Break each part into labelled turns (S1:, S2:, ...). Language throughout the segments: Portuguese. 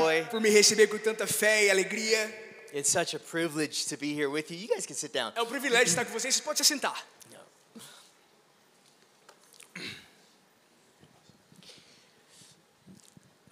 S1: Pai.
S2: por me receber com tanta fé e alegria.
S1: It's such a privilege to be here with you. You guys can sit down.
S2: É um privilégio estar com vocês. Vocês podem se sentar.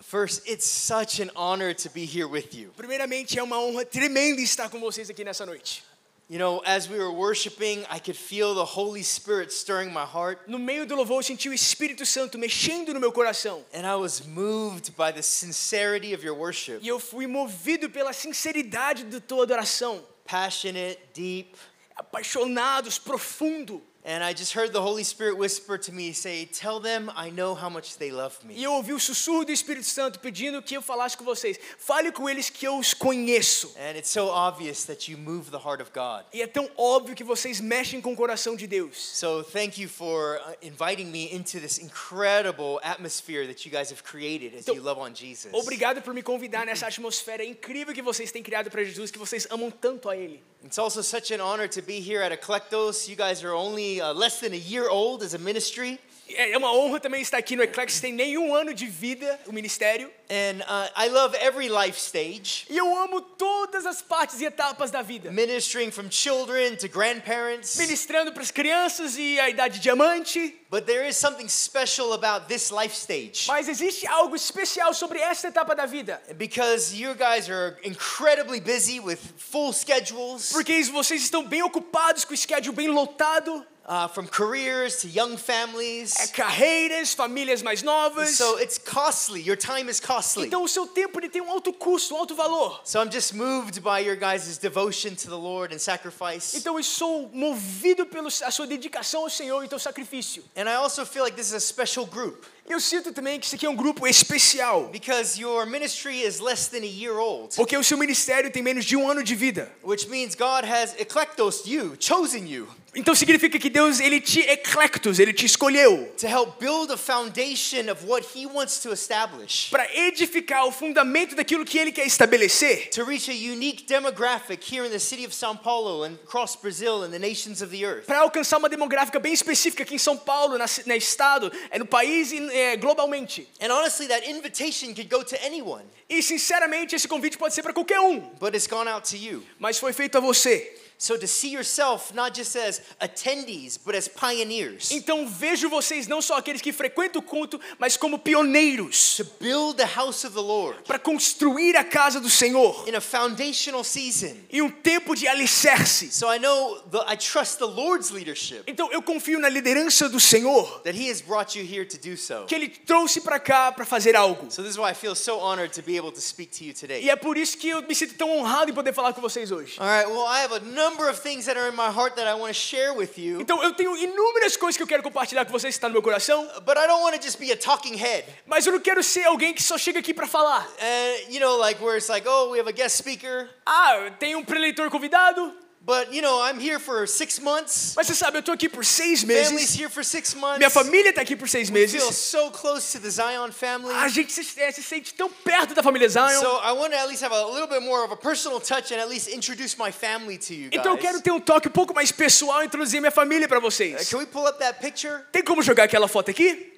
S1: First, it's such an honor to be here with you.
S2: Primeiramente, é uma honra tremenda estar com vocês aqui nessa noite.
S1: You know, as we were worshiping, I could feel the Holy Spirit stirring my heart,
S2: No meio do louvor, eu senti o Espírito Santo mexendo no meu coração.
S1: and I was moved by the sincerity of your worship.
S2: E eu fui movido pela sinceridade da tua adoração.
S1: Passionate, deep,
S2: Apaixonados, profundo.
S1: and I just heard the Holy Spirit whisper to me, say, "Tell them I know how much they love
S2: E
S1: me."
S2: eu ouvi o sussurro do Espírito Santo pedindo que eu falasse com vocês. Fale com eles que eu os conheço.
S1: And it's so obvious that you move the heart of God.
S2: E é tão óbvio que vocês mexem com o coração de Deus.
S1: So thank you for uh, inviting me into this incredible atmosphere that you guys have created as
S2: Então,
S1: you love on Jesus.
S2: Obrigado por me convidar nessa atmosfera incrível que vocês têm criado para Jesus, que vocês amam tanto a Ele.
S1: It's also such an honor to be here at Eclectos. You guys are only uh, less than a year old as a ministry.
S2: É é uma honra também estar aqui no Eclex, que tem nenhum ano de vida, o ministério.
S1: And uh, I love every life stage,
S2: E eu amo todas as partes e etapas da vida.
S1: ministering from children to grandparents.
S2: Ministrando para as crianças e a idade diamante.
S1: But there is something special about this life stage
S2: Mas existe algo especial sobre essa etapa da vida.
S1: because you guys are incredibly busy with full schedules
S2: Porque vocês estão bem ocupados, com o schedule bem lotado.
S1: uh, from careers to young
S2: É
S1: families.
S2: carreiras, famílias mais novas.
S1: So it's costly. Your time is costly.
S2: Então o seu tempo ele tem um alto custo, um alto valor.
S1: So I'm just moved by your guys' devotion to the Lord and sacrifice.
S2: Então eu sou movido pela sua dedicação ao Senhor e teu sacrifício.
S1: And I also feel like this is a special group
S2: Eu sinto também que isso aqui é um grupo especial.
S1: because your ministry is less than a year old,
S2: Porque o seu ministério tem menos de um ano de vida.
S1: which means God has eclectos you, chosen you,
S2: Então significa que Deus ele te eclectus, ele te escolheu
S1: to help build a foundation of what He wants to establish,
S2: para edificar o fundamento daquilo que ele quer estabelecer,
S1: to reach a unique demographic here in the city of Sao Paulo and across Brazil and the nations of the earth.
S2: para alcançar uma demográfica bem específica aqui em São Paulo, na, ci- na estado, é no país e é, globalmente.
S1: And honestly, that invitation could go to anyone,
S2: E sinceramente esse convite pode ser para qualquer um,
S1: but it's gone out to you.
S2: mas foi feito a você.
S1: So to see yourself not just as attendees, but as pioneers.
S2: Então vejo vocês não só aqueles que frequentam o culto, mas como pioneiros
S1: to build the house of the Lord
S2: para construir a casa do Senhor
S1: in a foundational season.
S2: em um tempo de alicerces.
S1: So I know the, I trust the Lord's leadership
S2: Então eu confio na liderança do Senhor,
S1: that He has brought you here to do so.
S2: que ele trouxe para cá para fazer algo.
S1: So this is why I feel so honored to be able to speak to you
S2: E
S1: today.
S2: é por isso que eu me sinto tão honrado em poder falar com vocês hoje.
S1: All right, well, I have a number of things that are in my heart that I want to share with you,
S2: Então eu tenho inúmeras coisas que eu quero compartilhar com vocês que está no meu coração,
S1: but I don't want to just be a talking head.
S2: mas eu não quero ser alguém que só chega aqui para falar.
S1: And you know, like where it's like, oh, we have a guest speaker,
S2: Ah, tem um preleitor convidado,
S1: but you know, I'm here for six months.
S2: mas você sabe, eu tô aqui por seis
S1: Family's
S2: meses.
S1: here for six
S2: Minha
S1: months.
S2: família tá aqui por seis
S1: I feel
S2: meses.
S1: so close to the Zion family.
S2: A gente se, é, se sente tão perto da família Zion.
S1: So I want to at least have a little bit more of a personal touch and at least introduce my family to you guys.
S2: então eu quero ter um toque um pouco mais pessoal e introduzir minha família para
S1: Uh,
S2: vocês.
S1: Can we pull up that picture?
S2: Tem como jogar aquela foto aqui?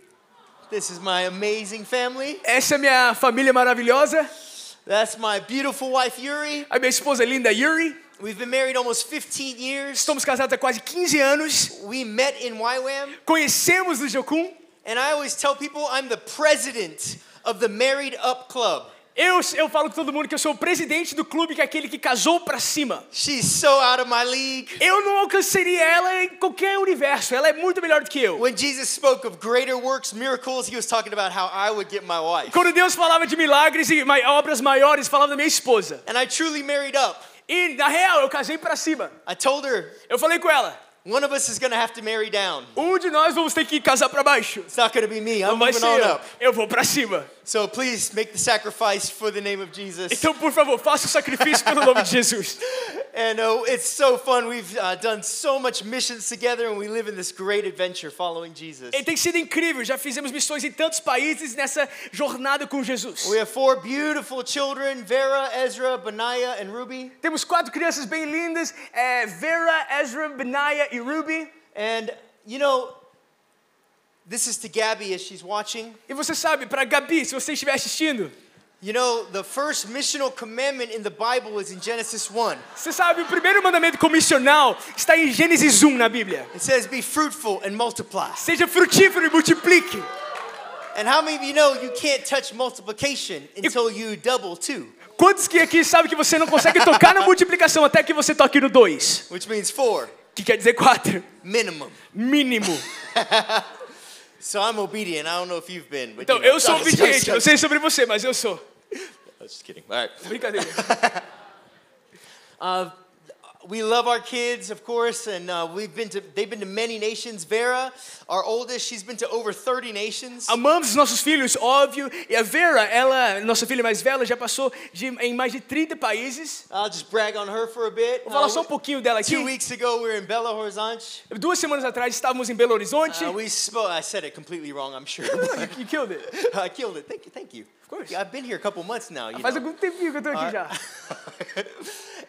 S1: This is my amazing family.
S2: Essa é minha família maravilhosa.
S1: That's my beautiful wife Yuri.
S2: A minha esposa é linda Yuri.
S1: We've been married almost 15 years.
S2: Estamos casados há quase 15 anos.
S1: We met in YWAM,
S2: Conhecemos o Jocum.
S1: and I always tell people I'm the president of the Married Up Club.
S2: Eu, eu falo com todo mundo que eu sou o presidente do clube, que é aquele que casou pra cima.
S1: She's so out of my league.
S2: Eu não alcançaria ela em qualquer universo. Ela é muito melhor do que eu.
S1: When Jesus spoke of greater works, miracles, he was talking about how I would get my wife.
S2: Quando Deus falava de milagres e mai- obras maiores, falava da minha esposa.
S1: And I truly married up.
S2: E, na real, eu casei pra cima.
S1: I told her,
S2: Eu falei com ela,
S1: one of us is going to have to marry down.
S2: um de nós vamos ter que casar pra baixo.
S1: It's not going to be me. I'm
S2: Não vai
S1: moving
S2: ser
S1: on up.
S2: eu. Eu vou pra cima.
S1: So please make the sacrifice for the name of Jesus.
S2: Então, por favor, faça o sacrifício pelo nome de Jesus.
S1: And oh, it's so fun. We've uh, done so much missions together, and we live in this great adventure following Jesus.
S2: E É, tem sido incrível. Já fizemos missões em tantos países nessa jornada com Jesus.
S1: We have four beautiful children: Vera, Ezra, Benaiah, and Ruby.
S2: Temos quatro crianças bem lindas, é, Vera, Ezra, Benaya e Ruby.
S1: And you know, this is to Gabby as she's watching.
S2: E você sabe, para Gabi, se você estiver assistindo,
S1: You know, the first missional commandment in the Bible is in Genesis 1.
S2: Você sabe, o primeiro mandamento comissional está em Gênesis 1 na Bíblia.
S1: It says, Be fruitful and multiply.
S2: Seja frutífero e multiplique.
S1: And how many of you know you can't touch multiplication until you double two,
S2: Quantos que aqui sabem que você não consegue tocar na multiplicação até que você toque no 2?
S1: which means four,
S2: Que quer dizer 4.
S1: minimum.
S2: Mínimo.
S1: So I'm obedient. I don't know if you've been, but
S2: Então,
S1: you know.
S2: eu sou obediente. Não
S1: I
S2: sei sobre você, mas eu sou.
S1: was just kidding. All right.
S2: Brincadeira.
S1: Uh, we love our kids, of course, and uh, we've been to, they've been to many nations. Vera, our oldest, she's been to over 30 nations.
S2: Amamos os nossos filhos, óbvio. E a Vera, ela, nossa filha mais velha, já passou de- em mais de 30 países.
S1: I'll just brag on her for a bit.
S2: Vou falar
S1: Uh,
S2: só um pouquinho dela
S1: two
S2: aqui.
S1: weeks ago, we were in Belo Horizonte.
S2: Duas semanas atrás estávamos em Belo Horizonte.
S1: Uh, we spoke. I said it completely wrong, I'm sure.
S2: You killed it.
S1: I killed it. Thank you. Thank you. Of
S2: course.
S1: I've been here a couple months now. You
S2: Faz
S1: know.
S2: algum tempinho que eu tô
S1: Ah.
S2: aqui já.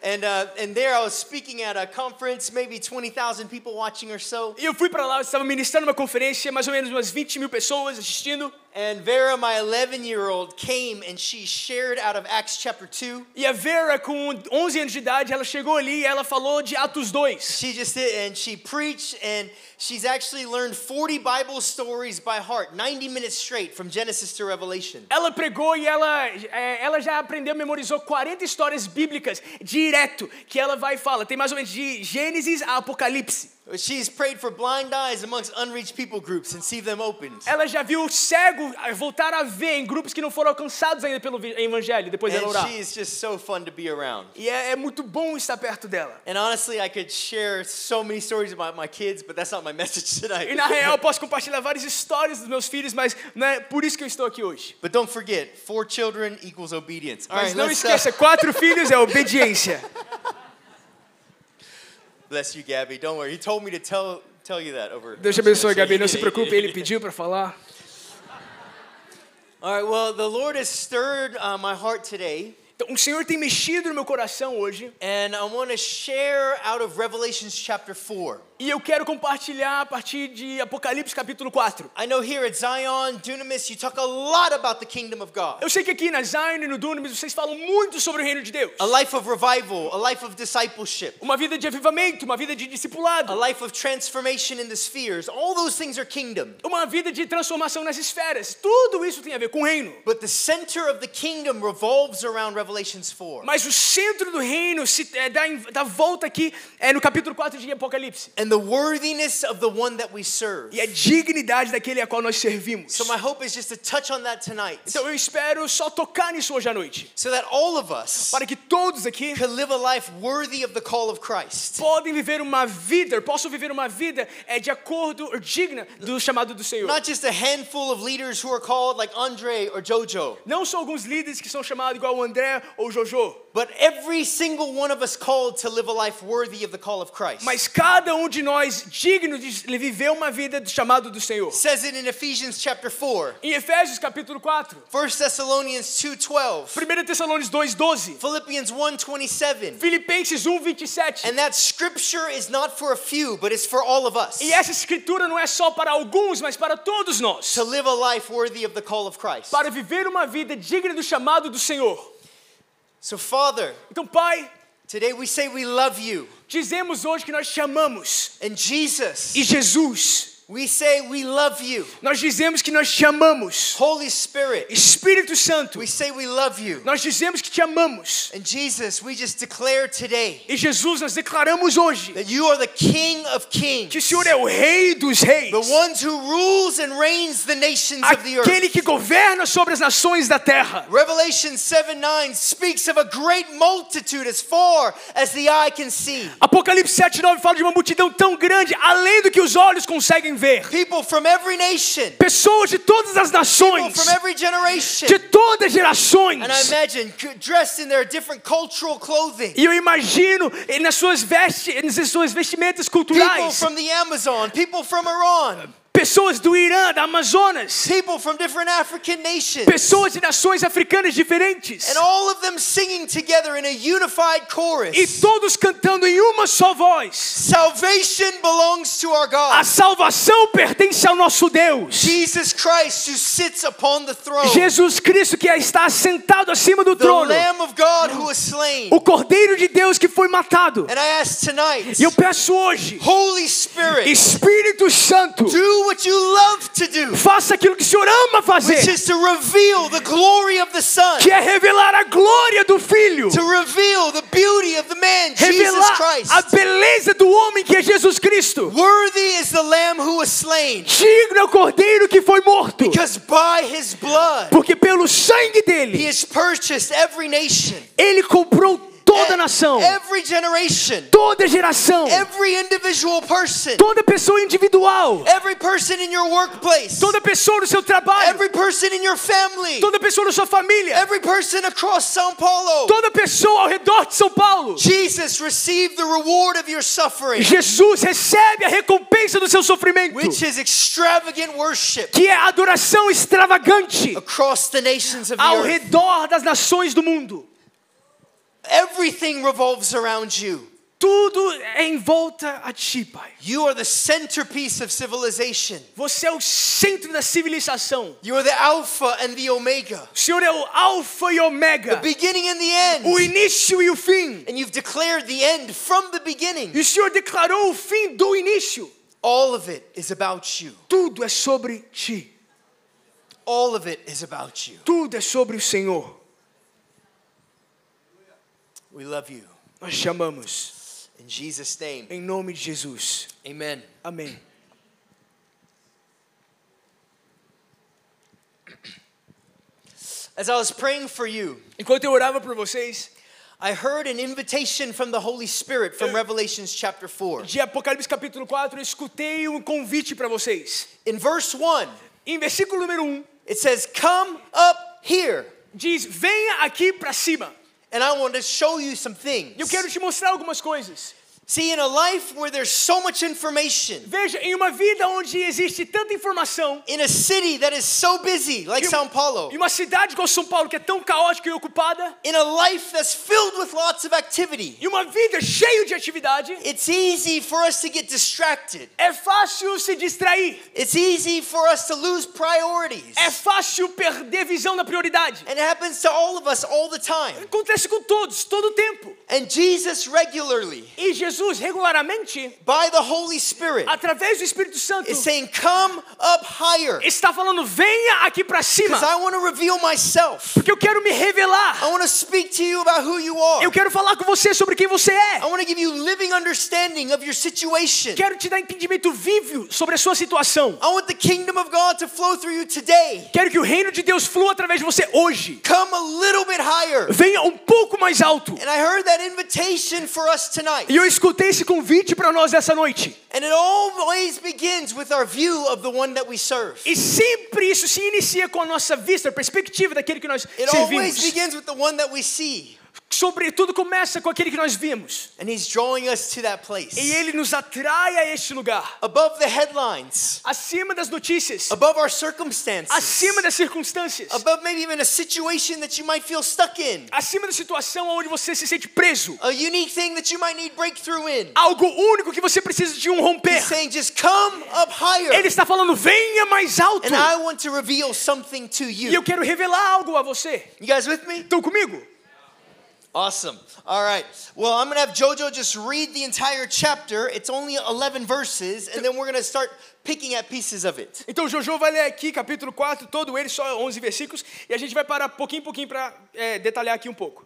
S1: and uh, and there I was speaking at a conference, maybe 20,000 people watching or so.
S2: E eu fui pra lá, eu estava ministrando uma conferência, mais ou menos umas 20 mil pessoas assistindo.
S1: And Vera, my 11 year old, came and she shared out of Acts chapter 2.
S2: E a Vera, com 11 anos de idade, ela chegou ali e ela falou de Atos 2.
S1: She just did, and she preached, and she's actually learned 40 Bible stories by heart, 90 minutes straight from Genesis to Revelation.
S2: Ela pregou e ela, é, ela já aprendeu, memorizou 40 histórias bíblicas direto, que ela vai e fala. Tem mais ou menos de Gênesis a Apocalipse.
S1: She's prayed for blind eyes amongst unreached people groups and see them opened.
S2: Ela já viu o cego voltar a ver em grupos que não foram alcançados ainda pelo vi- evangelho, depois dela
S1: And
S2: orar.
S1: she is just so fun to be around.
S2: E é, é muito bom estar perto dela.
S1: And honestly, I could share so many stories about my kids, but that's not my message
S2: E na
S1: tonight.
S2: real, eu posso compartilhar várias histórias dos meus filhos, mas não é por isso que eu estou aqui hoje.
S1: But don't forget, four children equals obedience. All
S2: Mas
S1: right,
S2: não
S1: let's, uh,
S2: esqueça, quatro filhos é obediência.
S1: bless you, Gabby. Don't worry. He told me to tell tell you that over.
S2: Deus te abençoe, Gabi. Não se preocupe, ele pediu para falar.
S1: All right. Well, the Lord has stirred uh, my heart today,
S2: Então, o Senhor tem mexido no meu coração hoje
S1: and I want to share out of Revelations chapter four.
S2: e eu quero compartilhar a partir de Apocalipse capítulo 4.
S1: I know here at Zion Dunamis, you talk a lot about the kingdom of God,
S2: Eu sei que aqui na Zion e no Dunamis vocês falam muito sobre o reino de Deus.
S1: a life of revival, a life of discipleship.
S2: Uma vida de avivamento, uma vida de
S1: a
S2: discipulado,
S1: life of transformation in the spheres. All those things are kingdom.
S2: uma vida de transformação nas esferas. Tudo isso tem a ver com o reino.
S1: But the center of the kingdom revolves around Revelations 4.
S2: Mas o centro do reino se é, dá, em- dá volta aqui é no capítulo 4 de Apocalipse.
S1: And the worthiness of the one that we serve.
S2: E a dignidade daquele a qual nós servimos.
S1: So my hope is just to touch on that tonight.
S2: Então eu espero só tocar nisso hoje à noite.
S1: So that all of us
S2: Para que todos aqui
S1: could live a life worthy of the call of Christ.
S2: podem viver uma vida, possam viver uma vida é, de acordo ou digna do chamado do Senhor.
S1: Not just a handful of leaders who are called like Andre or Jojo,
S2: Não são alguns líderes que são chamados igual o André ou o Jojo,
S1: but every single one of us called to live a life worthy of the call of Christ.
S2: mas cada um de nós digno de viver uma vida do chamado do Senhor.
S1: Says it in Ephesians chapter 4,
S2: Em Efésios capítulo 4,
S1: 1 Thessalonians 2:12.
S2: 1 Tessalonians 2:12,
S1: Philippians 1:27.
S2: Filipenses 1:27.
S1: And that scripture is not for a few, but it's for all of us.
S2: E essa escritura não é só para alguns, mas para todos nós.
S1: To live a life worthy of the call of Christ.
S2: Para viver uma vida digna do chamado do Senhor.
S1: So Father,
S2: Então, Pai,
S1: today we say we love you.
S2: dizemos hoje que nós chamamos.
S1: And Jesus,
S2: E Jesus,
S1: we say we love you.
S2: Nós dizemos que nós te amamos.
S1: Holy Spirit,
S2: Espírito Santo,
S1: we say we love you.
S2: nós dizemos que te amamos.
S1: And Jesus, we just declare today
S2: E Jesus, nós declaramos hoje
S1: that you are the King of kings.
S2: que o Senhor é o Rei dos Reis,
S1: The ones who rules and reigns the nations of the earth.
S2: aquele que governa sobre as nações da terra.
S1: Revelation 7 9 speaks of a great multitude as far as the eye can see.
S2: Apocalipse 7,9 fala de uma multidão tão grande, além do que os olhos conseguem ver.
S1: People from every nation,
S2: Pessoas de todas as
S1: people
S2: nações,
S1: from every generation.
S2: de todas as gerações.
S1: And I imagine c- dressed in their different cultural clothing.
S2: E eu imagino eh, nas suas, vestes, nas suas vestimentas
S1: People
S2: culturais,
S1: from the Amazon, people from Iran,
S2: pessoas do Irã, da Amazonas,
S1: people from different African nations,
S2: pessoas de nações africanas diferentes,
S1: and all of them singing together in a unified chorus.
S2: e todos cantando em uma só voz.
S1: Salvation belongs to our
S2: A
S1: God.
S2: salvação pertence ao nosso Deus.
S1: Jesus Christ who sits upon the throne.
S2: Jesus Cristo que está sentado acima do
S1: the
S2: trono,
S1: Lamb of God who was slain.
S2: o Cordeiro de Deus que foi matado.
S1: And I ask tonight,
S2: E eu peço hoje,
S1: Holy Spirit,
S2: Espírito Santo,
S1: do what you love to do,
S2: faça aquilo que o Senhor ama
S1: which
S2: fazer,
S1: is to reveal the glory of the Son,
S2: que é revelar a glória do Filho,
S1: to reveal the beauty of the man, Jesus
S2: revelar
S1: Christ.
S2: a beleza do homem que é Jesus Cristo.
S1: Worthy is the Lamb who was slain,
S2: Digno é o Cordeiro que foi morto,
S1: because by his blood
S2: porque pelo sangue
S1: he
S2: dele,
S1: has purchased every nation,
S2: ele comprou toda a
S1: e-
S2: nação,
S1: every generation,
S2: toda geração,
S1: every individual person,
S2: toda pessoa individual,
S1: every person in your workplace,
S2: toda pessoa no seu trabalho.
S1: every person in your family,
S2: toda pessoa na sua família,
S1: every person across São Paulo.
S2: toda pessoa ao redor de São Paulo.
S1: Jesus received the reward of your suffering,
S2: Jesus recebe a recompensa do seu sofrimento,
S1: which is extravagant worship
S2: que é a adoração extravagante
S1: across the nations of the
S2: ao
S1: earth.
S2: redor das nações do mundo.
S1: Everything revolves around you.
S2: Tudo é em volta a ti, Pai.
S1: You are the centerpiece of civilization.
S2: Você é o centro da civilização.
S1: You are the Alpha and the Omega,
S2: O Senhor é o alfa e
S1: the
S2: ômega,
S1: beginning and the end.
S2: o início e o fim.
S1: and you've declared the end from the beginning.
S2: E o Senhor declarou o fim do início.
S1: All of it is about you.
S2: Tudo é sobre ti.
S1: All of it is about you.
S2: Tudo é sobre o Senhor.
S1: We love you.
S2: Nós chamamos
S1: In Jesus' name,
S2: em nome de Jesus.
S1: amen.
S2: Amém.
S1: As I was praying for you,
S2: Enquanto eu orava por vocês,
S1: I heard an invitation from the Holy Spirit from Revelations chapter 4.
S2: de Apocalipse capítulo 4, eu escutei um convite para vocês.
S1: In verse 1,
S2: Em versículo número 1,
S1: it says, Come up here.
S2: diz: Venha aqui para cima.
S1: And I want to show you some things.
S2: E eu quero te mostrar algumas coisas.
S1: See, in a life where there's so much information,
S2: Veja, em uma vida onde existe tanta informação,
S1: in a city that is so busy, like
S2: You-
S1: Sao Paulo,
S2: em uma cidade como São Paulo que é tão caótica e ocupada,
S1: in a life that's filled with lots of activity,
S2: e uma vida cheia de atividade,
S1: it's easy for us to get distracted.
S2: é fácil se distrair,
S1: It's easy for us to lose priorities.
S2: é fácil perder visão da prioridade.
S1: And it happens to all of us all the time.
S2: Acontece com todos, todo o tempo.
S1: And Jesus regularly,
S2: E Jesus regularmente,
S1: by the Holy Spirit,
S2: através do Espírito Santo,
S1: is saying, Come up higher.
S2: está falando: venha aqui para cima,
S1: Because I want to reveal myself.
S2: porque eu quero me revelar.
S1: I want to speak to you about who you are.
S2: Eu quero falar com você sobre quem você
S1: I
S2: é.
S1: want to give you living understanding of your situation.
S2: Quero te dar entendimento vivo sobre a sua situação.
S1: I want the kingdom of God to flow through you today.
S2: Quero que o reino de Deus flua através de você hoje.
S1: Come a little bit higher.
S2: Venha um pouco mais alto.
S1: And I heard that invitation for us tonight.
S2: E eu escutei esse convite para nós essa noite.
S1: And it always begins with our view of the one that we serve.
S2: E sempre isso se inicia com a nossa vista, a perspectiva daquele que nós
S1: It always
S2: servimos.
S1: begins with the one that we see.
S2: Sobretudo começa com aquele que nós vimos.
S1: And he's drawing us to that
S2: E
S1: place.
S2: ele nos atrai a este lugar,
S1: Above the headlines,
S2: acima das notícias,
S1: above our circumstances,
S2: acima das circunstâncias,
S1: above maybe even a situation that you might feel stuck in,
S2: acima da situação onde você se sente preso.
S1: a unique thing that you might need breakthrough in.
S2: algo único que você precisa de um
S1: He's
S2: romper.
S1: saying, just come up
S2: Ele
S1: higher.
S2: está falando, venha mais alto.
S1: And I want to reveal something to
S2: E eu
S1: you.
S2: quero revelar algo a você.
S1: You guys with me?
S2: Estão comigo?
S1: Awesome. All right. Well, I'm going to have JoJo just read the entire chapter. It's only 11 verses, and then we're going to start picking at pieces of it.
S2: Então Jojo vai ler aqui, capítulo 4, todo ele, só 11 versículos, e a gente vai parar pouquinho em pouquinho para detalhar aqui um pouco.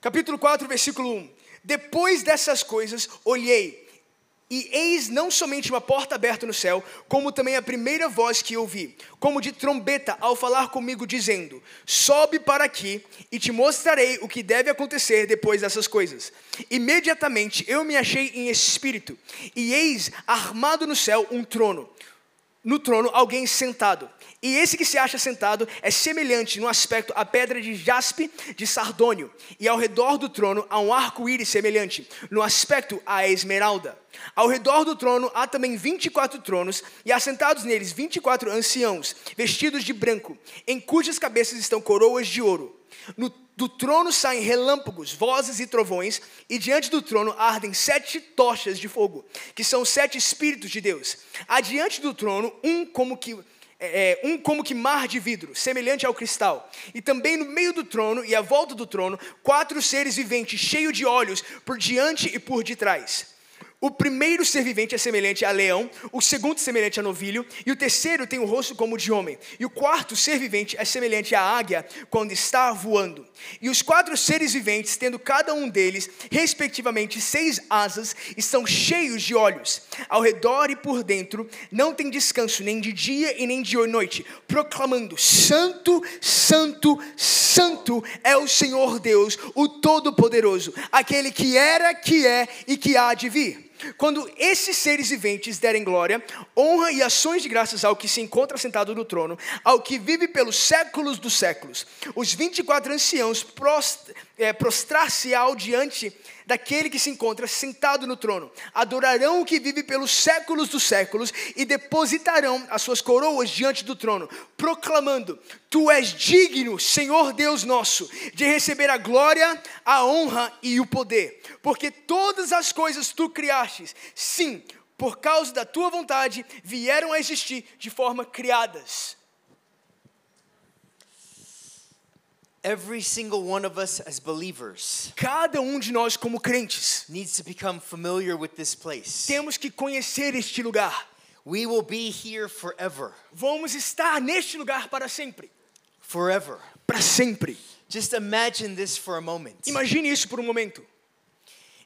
S2: Capítulo 4, versículo 1. Depois dessas coisas, olhei, e eis não somente uma porta aberta no céu, como também a primeira voz que ouvi, como de trombeta ao falar comigo, dizendo: Sobe para aqui e te mostrarei o que deve acontecer depois dessas coisas. Imediatamente eu me achei em espírito, e eis armado no céu um trono no trono alguém sentado. E esse que se acha sentado é semelhante no aspecto à pedra de jaspe de sardônio, e ao redor do trono há um arco-íris semelhante no aspecto à esmeralda. Ao redor do trono há também 24 tronos, e há sentados neles 24 anciãos, vestidos de branco, em cujas cabeças estão coroas de ouro. No, do trono saem relâmpagos, vozes e trovões, e diante do trono ardem sete tochas de fogo, que são sete espíritos de Deus. Adiante do trono, um como que. é, um como que mar de vidro, semelhante ao cristal. E também no meio do trono e à volta do trono, quatro seres viventes, cheios de olhos, por diante e por de trás. O primeiro ser vivente é semelhante a leão, o segundo semelhante a novilho, e o terceiro tem o rosto como de homem. E o quarto ser vivente é semelhante à águia quando está voando. E os quatro seres viventes, tendo cada um deles, respectivamente, seis asas, estão cheios de olhos. Ao redor e por dentro, não tem descanso nem de dia e nem de noite, proclamando: Santo, Santo, Santo é o Senhor Deus, o Todo-Poderoso, aquele que era, que é e que há de vir. Quando esses seres viventes derem glória, honra e ações de graças ao que se encontra sentado no trono, ao que vive pelos séculos dos séculos, os 24 anciãos prost- eh, prostrar-se-ão diante daquele que se encontra sentado no trono, adorarão o que vive pelos séculos dos séculos e depositarão as suas coroas diante do trono, proclamando: Tu és digno, Senhor Deus nosso, de receber a glória, a honra e o poder, porque todas as coisas tu criastes, sim, por causa da tua vontade vieram a existir de forma criadas.
S1: Every single one of us as believers
S2: Cada um de nós, como crentes,
S1: needs to become familiar with this place.
S2: temos que conhecer este lugar.
S1: We will be here forever.
S2: Vamos estar neste lugar para sempre.
S1: Forever.
S2: Para sempre.
S1: Just imagine this for a moment.
S2: Imagine isso por um momento.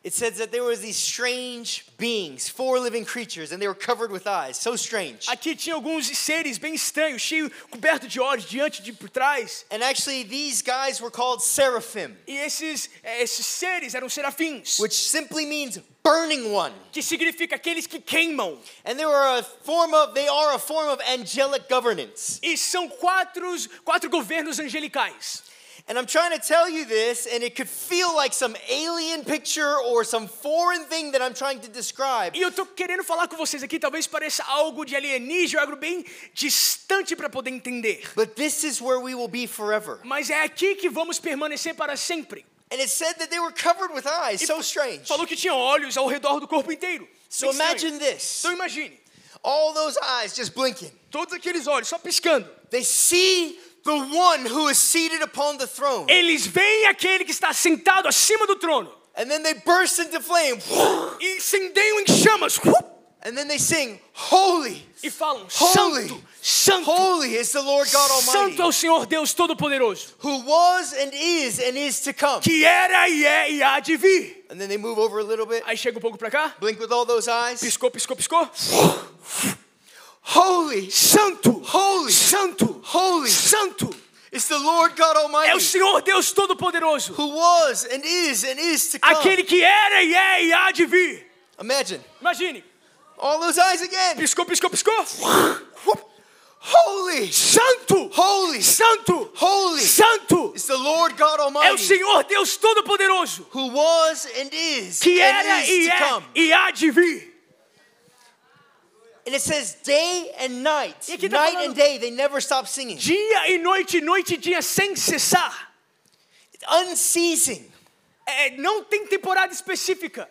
S1: It says that there was these strange beings, four living creatures, and they were covered with eyes. So strange.
S2: Aqui tinha alguns seres bem estranhos, cheio, coberto de olhos, diante de por trás.
S1: And actually, these guys were called seraphim,
S2: E esses, eh, esses seres eram serafins,
S1: which simply means burning one.
S2: que significa aqueles que queimam.
S1: And they were a form of they are a form of angelic governance.
S2: E são quatro, quatro governos angelicais.
S1: And I'm trying to tell you this, and it could feel like some alien picture or some foreign thing that I'm trying to describe.
S2: E eu tô querendo falar com vocês aqui, talvez pareça algo de alienígena, algo bem distante para poder entender.
S1: But this is where we will be forever.
S2: Mas é aqui que vamos permanecer para sempre.
S1: And it said that they were covered with eyes. So strange.
S2: Falou que tinha olhos ao redor do corpo inteiro.
S1: So
S2: Bem estranho.
S1: imagine this.
S2: Então imagine,
S1: All those eyes just blinking.
S2: todos aqueles olhos só piscando.
S1: They see the one who is seated upon the throne.
S2: Eles veem aquele que está sentado acima do trono.
S1: And then they burst into flame.
S2: E incendeiam em chamas.
S1: And then they sing, Holy,
S2: E falam,
S1: Holy.
S2: santo, santo,
S1: holy is the Lord God Almighty,
S2: santo é o Senhor Deus Todo-Poderoso.
S1: who was and is and is to come.
S2: Que era e é e há de vir.
S1: And then they move over a little bit,
S2: Aí chega um pouco pra cá.
S1: blink with all those eyes.
S2: Piscou, piscou, piscou.
S1: Holy
S2: Santo,
S1: Holy.
S2: santo,
S1: Holy.
S2: santo.
S1: is the Lord God
S2: É o
S1: Almighty,
S2: Senhor Deus Todo-Poderoso.
S1: who was and is and is to come.
S2: Aquele que era e é e há de vir.
S1: Imagine,
S2: Imagine.
S1: all those eyes again.
S2: Piscou, piscou, piscou.
S1: Holy,
S2: Santo,
S1: holy,
S2: santo,
S1: holy
S2: santo.
S1: is the Lord
S2: É
S1: God
S2: o
S1: Almighty,
S2: Senhor Deus Todo-Poderoso.
S1: who was and is
S2: que
S1: and
S2: era
S1: is
S2: e
S1: to come.
S2: é e há de vir.
S1: And it says day and night,
S2: E aqui tá
S1: night
S2: falando-
S1: and day, they never stop singing.
S2: Dia e noite, noite e dia sem cessar.
S1: Unceasing.
S2: É, não tem temporada específica.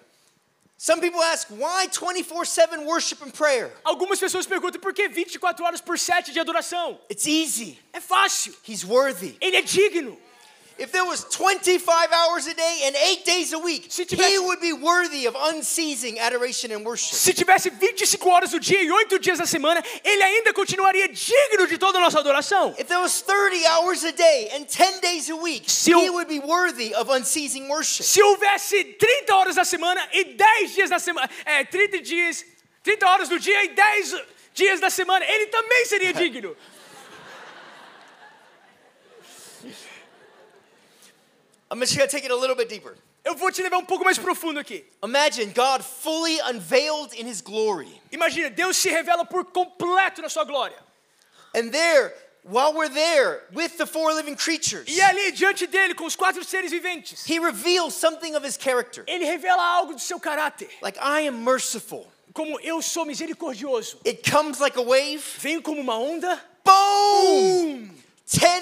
S1: Some people ask, why 24 7 worship and prayer?
S2: Algumas pessoas perguntam por que 24 horas por 7 de adoração?
S1: It's easy.
S2: É fácil.
S1: He's worthy.
S2: Ele é digno.
S1: If there was 25 hours a day and eight days a week,
S2: Se
S1: he
S2: tivesse-
S1: would be worthy of unceasing adoration and worship.
S2: Se tivesse 25 horas do dia e 8 dias da semana, ele ainda continuaria digno de toda a nossa adoração.
S1: If there was 30 hours a day and 10 days a week,
S2: Se
S1: he
S2: o-
S1: would be worthy of unceasing worship.
S2: Se houvesse 30 horas da semana e 10 dias da semana, é, 30 dias, 30 horas do dia e 10 dias da semana, ele também seria digno.
S1: I'm just going to take it a little bit deeper.
S2: Eu vou te levar um pouco mais profundo aqui.
S1: Imagine God fully unveiled in his glory.
S2: Imagina, Deus se revela por completo na sua glória.
S1: And there, while we're there with the four living creatures,
S2: E ali, diante dele, com os quatro seres viventes,
S1: he reveals something of his character.
S2: ele revela algo do seu caráter.
S1: Like, I am merciful.
S2: Como eu sou misericordioso.
S1: It comes like a wave.
S2: Venho como uma onda.
S1: Boom!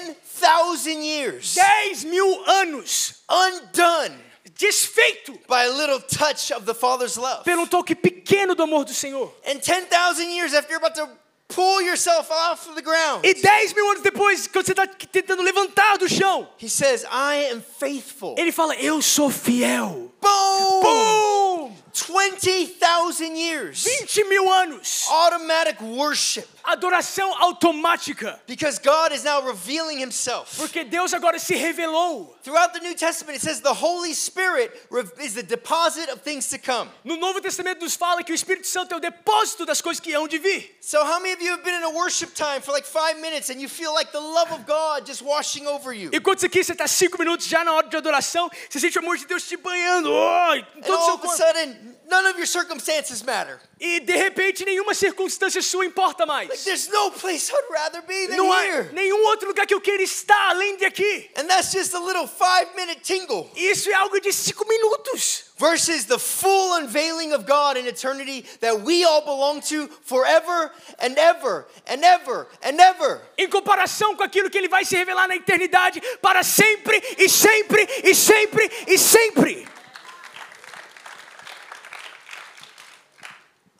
S1: 10,000 years
S2: 10 mil anos.
S1: undone
S2: Desfeito
S1: by a little touch of the Father's love.
S2: pelo toque pequeno do amor do Senhor.
S1: And 10,000 years after you're about to pull yourself off of the ground,
S2: E 10 mil anos depois, quando você está tentando levantar do chão,
S1: he says, I am faithful.
S2: ele fala: Eu sou fiel.
S1: Boom!
S2: Pum!
S1: 20,000 years.
S2: 20 mil anos.
S1: Automatic worship.
S2: Adoração automática.
S1: Because God is now revealing himself.
S2: Porque Deus agora se revelou.
S1: Throughout the New Testament, it says the Holy Spirit rev- is the deposit of things to come.
S2: No Novo Testamento nos fala que o Espírito Santo é o depósito das coisas que hão de vir.
S1: So, how many of you have been in a worship time for like five minutes and you feel like the love of God just washing over you?
S2: Enquanto isso aqui, você está cinco minutos já na hora de adoração, você sente o amor de Deus te banhando, oh, em
S1: And
S2: todo o
S1: all
S2: seu
S1: of a
S2: corpo.
S1: sudden, none of your circumstances matter.
S2: E de repente, nenhuma circunstância sua importa
S1: Like,
S2: mais.
S1: there's no place I'd rather be than
S2: Não há
S1: here.
S2: nenhum outro lugar que eu queira estar além de aqui.
S1: And that's just a little five minute tingle
S2: E Isso é algo de cinco minutos.
S1: versus the full unveiling of God in eternity that we all belong to forever and ever and ever and ever.
S2: Em comparação com aquilo que ele vai se revelar na eternidade para sempre e sempre e sempre e sempre.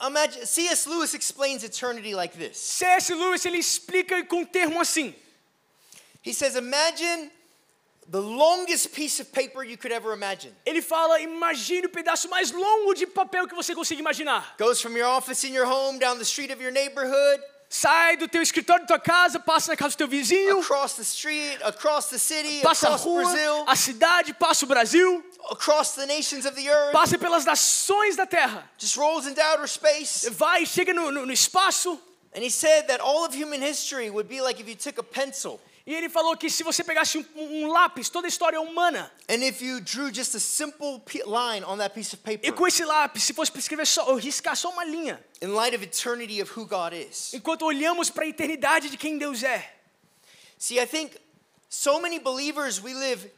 S1: Imagine, C.S. Lewis explains eternity like this
S2: C.S. Lewis ele explica com um termo assim.
S1: He says, Imagine the longest piece of paper you could ever imagine.
S2: Ele fala: imagine o pedaço mais longo de papel que você consiga imaginar.
S1: Goes from your office in your home down the street of your neighborhood,
S2: Sai do teu escritório da tua casa, passa na casa do teu vizinho,
S1: across the street, across the city,
S2: passa a
S1: across
S2: rua,
S1: Brazil,
S2: a cidade, passa o Brasil,
S1: across the nations of the earth,
S2: passa pelas nações da terra.
S1: just rolls into outer space.
S2: Vai, chega no, no- no espaço.
S1: And he said that all of human history would be like if you took a pencil
S2: E ele falou que se você pegasse um, um lápis, toda a história humana,
S1: and if you drew just a simple p- line on that piece of
S2: e
S1: paper
S2: com esse lápis, se fosse pra escrever só, ou riscar só uma linha,
S1: in light of eternity of who God is.
S2: enquanto olhamos para a eternidade de quem Deus é.
S1: See, I think so many believers we live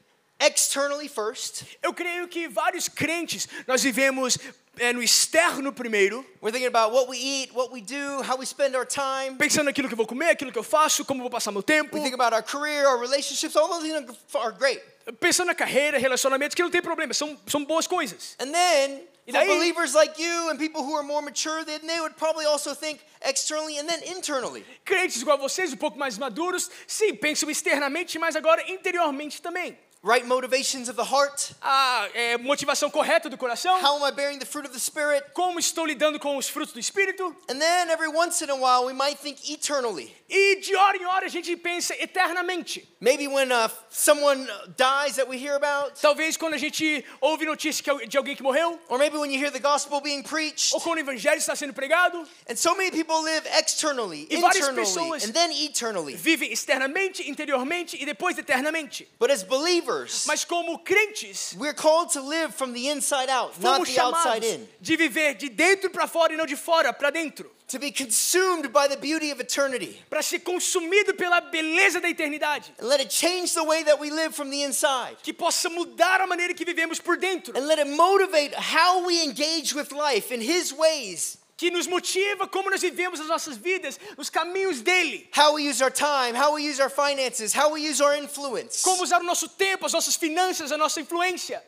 S1: externally first.
S2: Eu creio que vários crentes, nós vivemos é, no externo primeiro,
S1: We're thinking about what we eat, what we do, how we spend our time.
S2: pensando naquilo que eu vou comer, aquilo que eu faço, como eu vou passar meu tempo,
S1: We think about our career, our relationships, all those things are great.
S2: pensando na carreira, relacionamentos, que não tem problema, são, são boas coisas.
S1: And then
S2: E
S1: for
S2: daí-
S1: believers like you and people who are more mature, then they would probably also think externally and then internally.
S2: Crentes igual a vocês, um pouco mais maduros, sim, pensam externamente, mas agora interiormente também.
S1: Right motivations of the heart.
S2: A é, motivação correta do coração,
S1: How am I bearing the fruit of the Spirit?
S2: como estou lidando com os frutos do Espírito,
S1: And then every once in a while, we might think eternally.
S2: e de hora em hora a gente pensa eternamente.
S1: Maybe when uh, someone dies that we hear about,
S2: Talvez quando a gente ouve notícia que al- de alguém que morreu,
S1: or maybe when you hear the gospel being preached.
S2: ou quando o evangelho está sendo pregado,
S1: And so many people live externally,
S2: E várias
S1: internally,
S2: pessoas-
S1: and then eternally.
S2: vivem externamente, interiormente e depois eternamente.
S1: But as believers,
S2: Mas como crentes,
S1: we're called to live from the inside out, not
S2: fomos
S1: the outside
S2: chamados
S1: in.
S2: de viver de dentro para fora e não de fora para dentro,
S1: To be consumed by the beauty of eternity
S2: para ser consumido pela beleza da eternidade,
S1: and let it change the way that we live from the inside.
S2: que possa mudar a maneira que vivemos por dentro,
S1: And let it motivate how we engage with life in His ways,
S2: que nos motiva como nós vivemos as nossas vidas, os caminhos dele,
S1: how we use our time, how we use our finances, how we use our influence.
S2: como usar o nosso tempo, as nossas finanças, a nossa influência.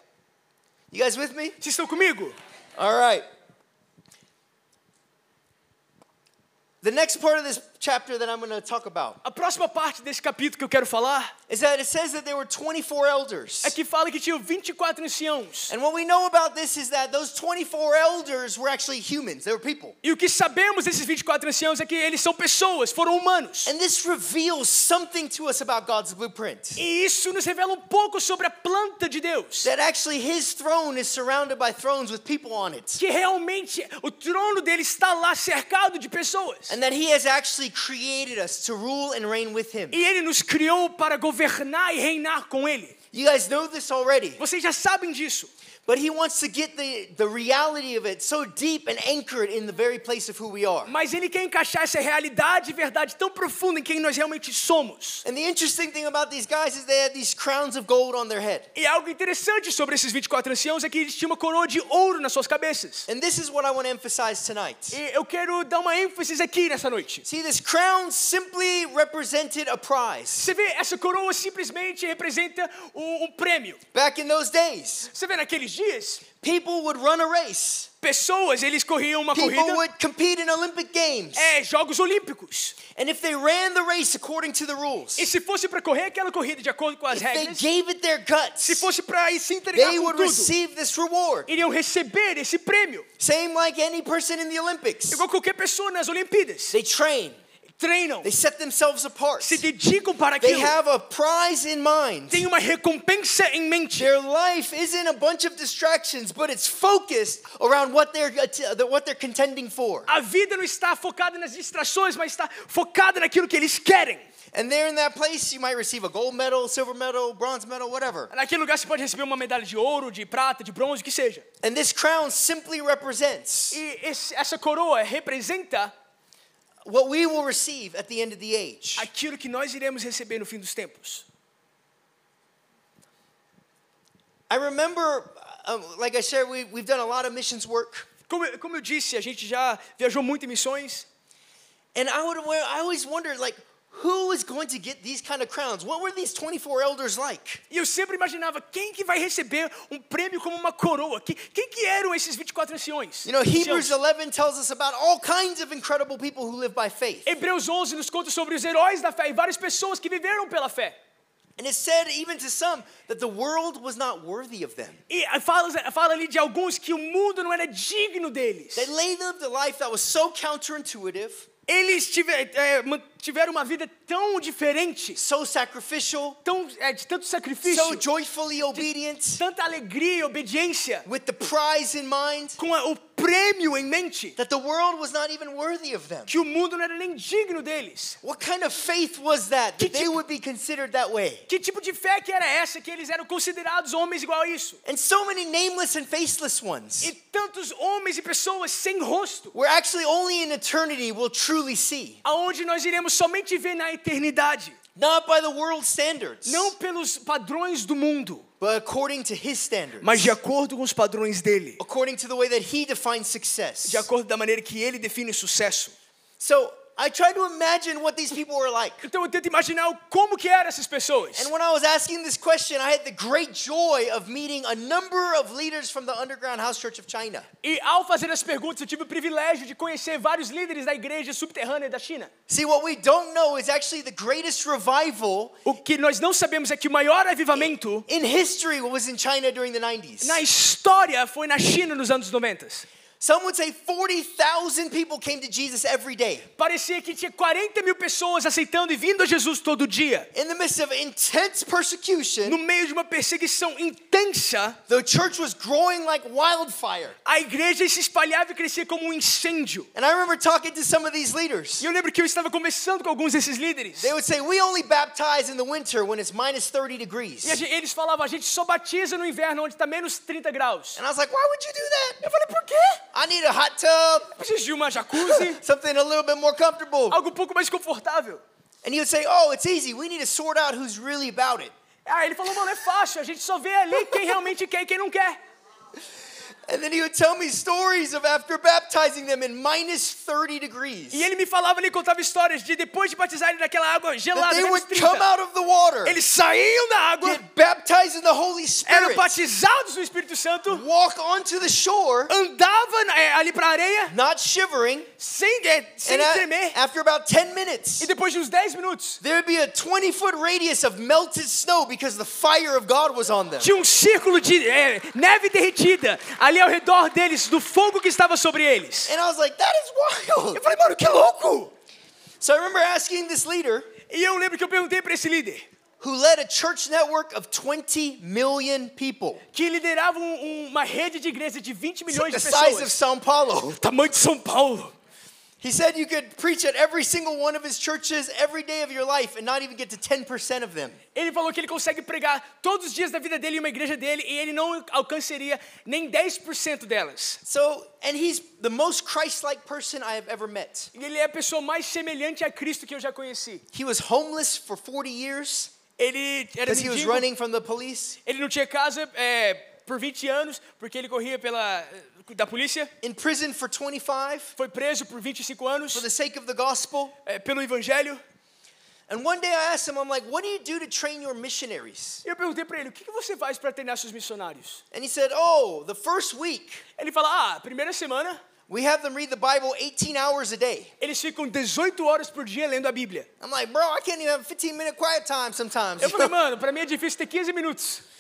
S1: You guys with me?
S2: Vocês estão comigo?
S1: All right. The next part of this chapter that I'm going to talk about
S2: A próxima parte desse capítulo que eu quero falar
S1: is that it says that there were 24 elders.
S2: é que fala que tinham 24 anciãos.
S1: And what we know about this is that those 24 elders were actually humans, they were people.
S2: E o que sabemos desses 24 anciãos é que eles são pessoas, foram humanos.
S1: And this reveals something to us about God's blueprint.
S2: E isso nos revela um pouco sobre a planta de Deus.
S1: That actually his throne is surrounded by thrones with people on it.
S2: Que realmente o trono dele está lá cercado de pessoas.
S1: And that he has actually created us to rule and reign with him.
S2: E ele nos criou para governar e reinar com ele.
S1: You guys know this already,
S2: Vocês já sabem disso.
S1: but he wants to get the, the reality of it so deep and anchored in the very place of who we are.
S2: Mas ele quer encaixar essa realidade e verdade tão profunda em quem nós realmente somos.
S1: And the interesting thing about these guys is they had these crowns of gold on their head.
S2: E algo interessante sobre esses 24 anciãos é que eles tinham uma coroa de ouro nas suas cabeças.
S1: And this is what I want to emphasize tonight.
S2: E eu quero dar uma ênfase aqui nessa noite.
S1: See, this crown simply represented a prize.
S2: Você vê, essa coroa simplesmente representa um, um prêmio.
S1: Back in those days,
S2: Você vê, naqueles dias,
S1: people would run a race.
S2: pessoas, eles corriam uma
S1: People
S2: corrida,
S1: would compete in Olympic games.
S2: é, Jogos Olímpicos.
S1: And if they ran the race according to the rules,
S2: E se fosse para correr aquela corrida de acordo com as
S1: they
S2: regras,
S1: gave it their
S2: se
S1: guts,
S2: fosse para ir se entregar
S1: they
S2: com
S1: would
S2: tudo,
S1: receive this reward.
S2: iriam receber esse prêmio.
S1: Same like any person in the Olympics.
S2: Igual qualquer pessoa nas Olimpíadas.
S1: They train,
S2: Treinam,
S1: they set themselves apart,
S2: se dedicam para
S1: they
S2: aquilo.
S1: have a prize in mind.
S2: Tem uma recompensa em mente.
S1: Their life isn't a bunch of distractions, but it's focused around what they're what they're contending for.
S2: A vida não está focada nas distrações, mas está focada naquilo que eles querem.
S1: And there in that place, you might receive a gold medal, silver medal, bronze medal, whatever.
S2: Naquele lugar você pode receber uma medalha de ouro, de prata, de bronze, o que seja.
S1: And this crown simply represents
S2: E esse- essa coroa representa
S1: what we will receive at the end of the age.
S2: aquilo que nós iremos receber no fim dos tempos.
S1: I remember, um, like I shared, we, we've done a lot of missions work,
S2: Como, eu- como eu disse, a gente já viajou muito em missões.
S1: and I would I always wondered like who was going to get these kind of crowns? What were these 24 elders like?
S2: E eu sempre imaginava quem que vai receber um prêmio como uma coroa. Que, quem que eram esses 24 anciões?
S1: You know, Hebrews
S2: Anciãos.
S1: 11 tells us about all kinds of incredible people who live by faith.
S2: Hebreus 11 nos conta sobre os heróis da fé e várias pessoas que viveram pela fé.
S1: And it said even to some that the world was not worthy of them.
S2: E fala, fala ali de alguns que o mundo não era digno deles.
S1: They lived a life that was so counterintuitive,
S2: Eles tive- é, man- tiveram uma vida tão diferente,
S1: so sacrificial,
S2: tão, é, de tanto
S1: so
S2: sacrifício,
S1: joyfully obedient,
S2: tanta alegria e obediência,
S1: with the prize in mind,
S2: com a- o prêmio em mente,
S1: that the world was not even worthy of them.
S2: que o mundo não era nem digno deles.
S1: What kind of faith was that that
S2: Que
S1: they
S2: tipo-
S1: would be considered that way?
S2: Que tipo de fé que era essa que eles eram considerados homens igual a isso?
S1: And so many nameless and faceless
S2: E
S1: ones.
S2: tantos homens e pessoas sem rosto,
S1: We're actually only in eternity will truly see,
S2: aonde nós iremos somente ver na eternidade,
S1: not by the world's standards,
S2: não pelos padrões do mundo,
S1: but according to His standards,
S2: mas de acordo com os padrões dele.
S1: according to the way that He defines success.
S2: de acordo da maneira que ele define sucesso.
S1: So I tried to imagine what these people were like.
S2: Então eu tento imaginar o- como que eram essas pessoas.
S1: And when I was asking this question, I had the great joy of meeting a number of leaders from the Underground House Church of China.
S2: E ao fazer as perguntas, eu tive o privilégio de conhecer vários líderes da igreja subterrânea da China.
S1: See, what we don't know is actually the greatest revival
S2: O que nós não sabemos é que o maior avivamento
S1: in history was in China during the 90s.
S2: na história foi na China nos anos 90.
S1: Some would say 40,000 people came to Jesus every day.
S2: Parecia que tinha 40 mil pessoas aceitando e vindo a Jesus todo dia.
S1: In the midst of intense
S2: No
S1: persecution,
S2: meio de uma perseguição intensa,
S1: the church was growing like wildfire.
S2: a igreja se espalhava e crescia como um incêndio.
S1: And I remember talking to some of these
S2: E
S1: leaders.
S2: eu lembro que eu estava conversando com alguns desses líderes.
S1: They would say, We only baptize in the winter when it's minus 30 degrees.
S2: E a gen- eles falavam, a gente só batiza no inverno onde está menos 30 graus.
S1: And I was like, Why would you do that?
S2: Eu falei, por quê?
S1: I need a hot tub.
S2: Preciso de uma jacuzzi,
S1: something a little bit more comfortable.
S2: algo um pouco mais confortável.
S1: And he would say, Oh, it's easy. We need to sort out who's really about it.
S2: Aí ele falou, mano, é fácil, a gente só vê ali quem realmente quer e quem não quer.
S1: And then he would tell me stories of after baptizing them in minus 30 degrees,
S2: E ele me falava ali, contava histórias de depois de batizar ele naquela água
S1: that
S2: gelada,
S1: they
S2: menos
S1: would come
S2: 30,
S1: out of the water,
S2: eles saíam da água,
S1: get baptized in the Holy
S2: eram
S1: Spirit,
S2: batizados no Espírito Santo,
S1: walk onto the shore,
S2: andavam é, ali pra areia,
S1: not shivering,
S2: sem, é, sem
S1: and a-
S2: tremer.
S1: after about 10
S2: E
S1: minutes,
S2: depois de uns 10 minutos,
S1: there would be a 20 foot radius of melted snow because the fire of God was on them.
S2: Tinha um círculo de é, neve derretida ali ao redor deles, do fogo que estava sobre eles.
S1: And I was like, That is wild.
S2: Eu falei, mano, que louco!
S1: So I remember asking this leader,
S2: E eu lembro que eu perguntei para esse líder,
S1: who led a church network of 20 million people.
S2: que liderava um- um- uma rede de igreja de 20
S1: It's like
S2: milhões
S1: the
S2: de
S1: size of
S2: pessoas.
S1: Sao Paulo.
S2: Tamanho de São Paulo.
S1: He said you could preach at every single one of his churches every day of your life and not even get to 10% of them.
S2: Ele falou que ele consegue pregar todos os dias da vida dele em uma igreja dele e ele não alcançaria nem 10% delas.
S1: So, and he's the most Christ like person I have ever met.
S2: E Ele é a pessoa mais semelhante a Cristo que eu já conheci.
S1: He was homeless for 40 years
S2: Ele era
S1: because he was
S2: mendigo,
S1: running from the police.
S2: ele não tinha casa é, por 20 anos porque ele corria pela eh, da polícia,
S1: In prison for 25
S2: foi preso por 25 anos
S1: for the sake of the gospel.
S2: eh, pelo evangelho.
S1: And one day I asked him, I'm like, what do you do to train your missionaries?
S2: E eu perguntei para ele: "O que que você faz para treinar seus missionários?"
S1: And he said, oh, the first week
S2: Ele fala: "Ah, primeira semana
S1: we have them read the Bible 18 hours a day.
S2: eles ficam 18 horas por dia lendo a Bíblia.
S1: I'm like, bro, I can't even have a 15 minute quiet time sometimes.
S2: Eu falei, mano, para mim é difícil ter 15 minutos.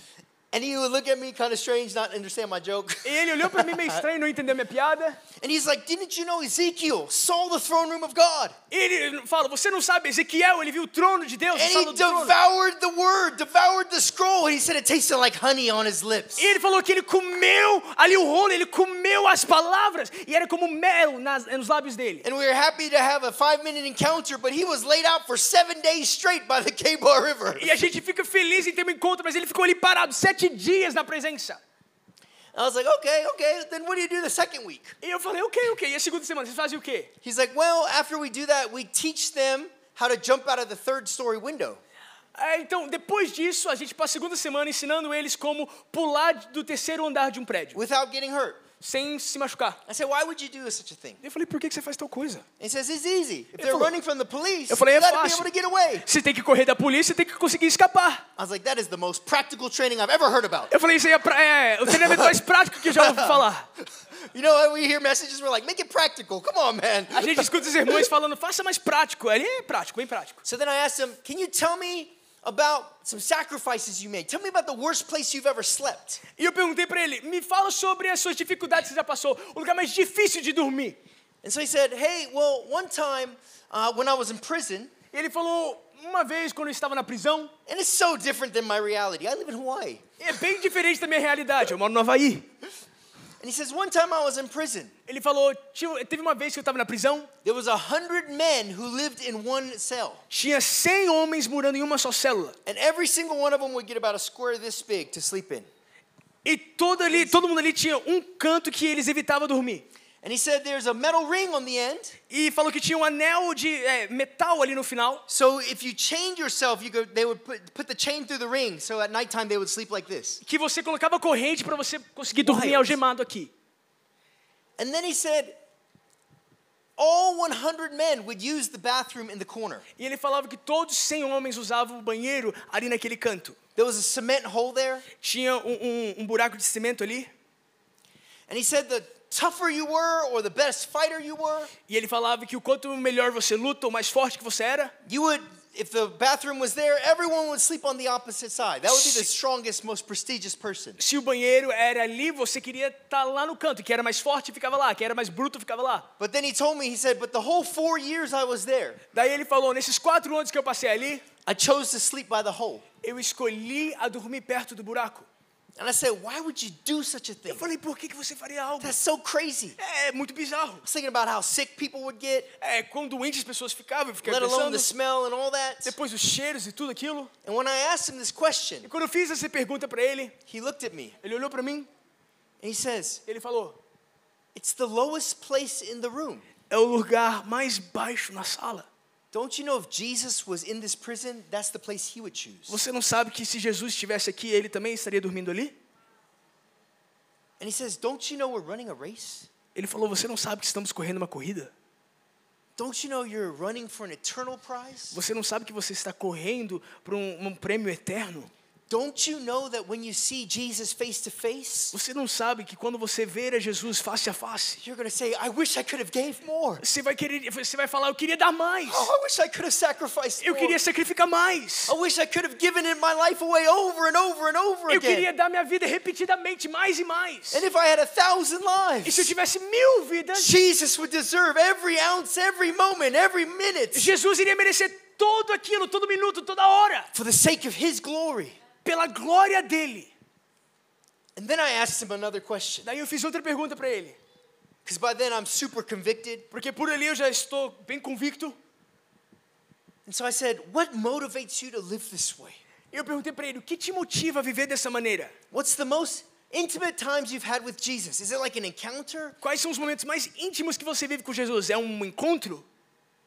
S1: And he would look at me kind of strange, not understand my joke.
S2: E ele olhou para mim meio estranho, não entendeu minha piada.
S1: And he's like, Didn't you know Ezekiel saw the throne room of God?
S2: E ele fala: Você não sabe, Ezequiel, ele viu o trono de Deus, a
S1: And he
S2: sala do trono.
S1: devoured the word, devoured the scroll. And he said it tasted like honey on his lips.
S2: E ele falou que ele comeu ali o rolo, ele comeu as palavras e era como mel nas- nos lábios dele.
S1: And we were happy to have a five minute encounter, but he was laid out for seven days straight by the Kabar River.
S2: E a gente fica feliz em ter um encontro, mas ele ficou ali parado sete dias na presença.
S1: I was like, Okay, okay, then what do you do the second week?
S2: E eu falei, ok, ok. E a segunda semana, vocês fazem o quê?
S1: He's like, Well, after we do that, we teach them how to jump out of the third story window.
S2: Ah, então, depois disso, a gente passa a segunda semana ensinando eles como pular do terceiro andar de um prédio,
S1: without getting hurt.
S2: sem se machucar.
S1: I said, why would you do such a thing?
S2: Eu falei, por que que você faz tal coisa?
S1: And he says, it's easy. If
S2: Eu
S1: they're
S2: falei-
S1: running from the police,
S2: eu falei, "É
S1: you gotta be
S2: fácil."
S1: able to get away.
S2: Você tem que correr da polícia, você tem que conseguir escapar.
S1: I was like, that is the most practical training I've ever heard about.
S2: Eu falei, isso aí é, pra- é o treinamento mais prático que eu já ouvi falar.
S1: You know, what? we hear messages, we're like, make it practical. Come on, man.
S2: A gente escuta os irmãos falando, faça mais prático. Ali é prático, bem prático.
S1: So then I asked him, can you tell me about some sacrifices you made? Tell me about the worst place you've ever slept.
S2: E eu perguntei pra ele, me fala sobre as suas dificuldades que você já passou, o lugar mais difícil de dormir.
S1: And so he said, hey, well, one time uh, when I was in prison,
S2: E ele falou, uma vez quando eu estava na prisão,
S1: and it's so different than my reality. I live in Hawaii.
S2: é bem diferente da minha realidade, eu moro no Havaí.
S1: And he says, one time I was in prison.
S2: Ele falou, "Tio, teve uma vez que eu estava na prisão,
S1: There was a hundred men who lived in one cell.
S2: tinha 100 homens morando em uma só célula.
S1: And every single one of them would get about a square this big to sleep in.
S2: E todo, ali, todo mundo ali tinha um canto que eles evitavam dormir.
S1: And he said there's a metal ring on the end.
S2: E falou que tinha um anel de é, metal ali no final.
S1: So if you chained yourself, you could, they would put, put the chain through the ring. So at nighttime, they would sleep like this.
S2: que você colocava corrente para você conseguir dormir
S1: Wild.
S2: algemado aqui.
S1: And then he said all 100 men would use the bathroom in the corner.
S2: E ele falava que todos os 100 homens usavam o banheiro ali naquele canto.
S1: There was a cement hole there.
S2: Tinha um, um- um buraco de cimento ali.
S1: And he said the tougher you were or the best fighter you were,
S2: E ele falava que o quanto melhor você luta, o mais forte que você era,
S1: you would, if the bathroom was there, everyone would sleep on the opposite side. That would be the
S2: Shit.
S1: strongest, most prestigious person.
S2: se o banheiro era ali, você queria estar lá no canto. Que era mais forte ficava lá, que era mais bruto ficava lá.
S1: But then he told me, he said, but the whole four years I was there,
S2: Daí ele falou: nesses quatro anos que eu passei ali,
S1: I chose to sleep by the hole.
S2: eu escolhi a dormir perto do buraco.
S1: And I said, why would you do such a thing?
S2: Eu falei: por que, que você faria algo?
S1: That's so crazy. I
S2: É muito bizarro.
S1: was thinking about how sick people would get,
S2: É, quão doentes as pessoas ficavam, eu fiquei
S1: let alone
S2: pensando.
S1: the smell and all that.
S2: Depois os cheiros e tudo aquilo.
S1: And when I asked him this question,
S2: E quando eu fiz essa pergunta pra ele,
S1: he looked at me
S2: ele olhou pra mim
S1: and he says,
S2: e ele falou:
S1: it's the lowest place in the room.
S2: É o lugar mais baixo na sala.
S1: Don't you know if Jesus was in this prison, that's the place he would choose?
S2: Você não sabe que se Jesus estivesse aqui, ele também estaria dormindo ali?
S1: And he says, don't you know we're running a race?
S2: Ele falou: Você não sabe que estamos correndo uma corrida?
S1: Don't you know you're running for an eternal prize?
S2: Você não sabe que você está correndo para um, um prêmio eterno?
S1: Don't you know that when you see Jesus face to face,
S2: Você não sabe que quando você ver a Jesus face a face,
S1: you're going to say, I wish I could have gave more.
S2: você vai querer, você vai falar: Eu queria dar mais.
S1: Oh, I wish I could have sacrificed
S2: Eu
S1: more.
S2: queria sacrificar mais.
S1: I wish I could have given it my life away over and over and over
S2: Eu
S1: again.
S2: queria dar minha vida repetidamente mais e mais.
S1: And if I had a thousand
S2: E se eu
S1: lives,
S2: tivesse mil vidas,
S1: Jesus would deserve every ounce, every moment, every minute
S2: Jesus iria merecer tudo aquilo, todo minuto, toda hora,
S1: for the sake of his glory.
S2: pela glória dele.
S1: And then I asked him another question.
S2: Daí eu fiz outra pergunta para ele.
S1: Because by then I'm super convicted.
S2: Porque por ali eu já estou bem convicto.
S1: And so I said, What motivates you to live this way?
S2: E eu perguntei para ele: o que te motiva a viver dessa maneira?
S1: What's the most intimate times you've had with Jesus? Is it like an encounter?
S2: Quais são os momentos mais íntimos que você vive com Jesus? É um encontro?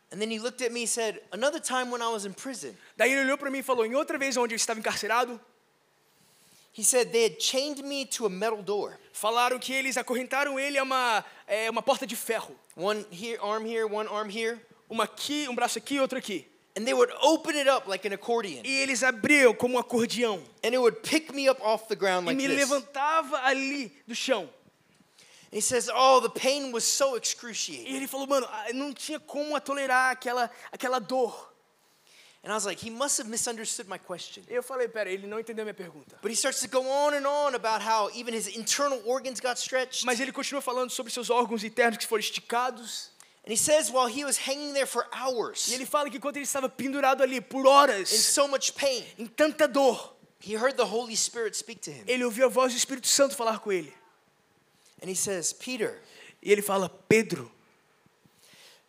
S1: And then he looked at me and said, Another time when I was in prison.
S2: Daí ele olhou para mim e falou: em outra vez onde eu estava encarcerado,
S1: He said, They had chained me to a metal door.
S2: falaram que eles acorrentaram ele a uma, é, uma porta de ferro.
S1: One here, arm here, one arm here.
S2: Uma aqui, um braço aqui, outro aqui.
S1: And they would open it up like an accordion.
S2: E eles abriam como um acordeão.
S1: And it would pick me up off the
S2: E
S1: ground like
S2: me
S1: this. And
S2: levantava ali do chão.
S1: he says, Oh, the pain was so
S2: E
S1: excruciating.
S2: ele falou, mano, ah, não tinha como a tolerar aquela, aquela dor.
S1: And I was like, He must have misunderstood my question.
S2: E eu falei, pera, ele não entendeu minha pergunta.
S1: But he starts to go on and on about how even his internal organs got stretched.
S2: Mas ele continua falando sobre seus órgãos internos que foram esticados.
S1: And he says, while he was hanging there for hours
S2: E ele
S1: in
S2: fala que quando ele estava pendurado ali por horas,
S1: so much pain,
S2: em tanta dor,
S1: he heard the Holy Spirit speak to him.
S2: ele ouviu a voz do Espírito Santo falar com ele.
S1: And he says, Peter,
S2: E ele fala, Pedro,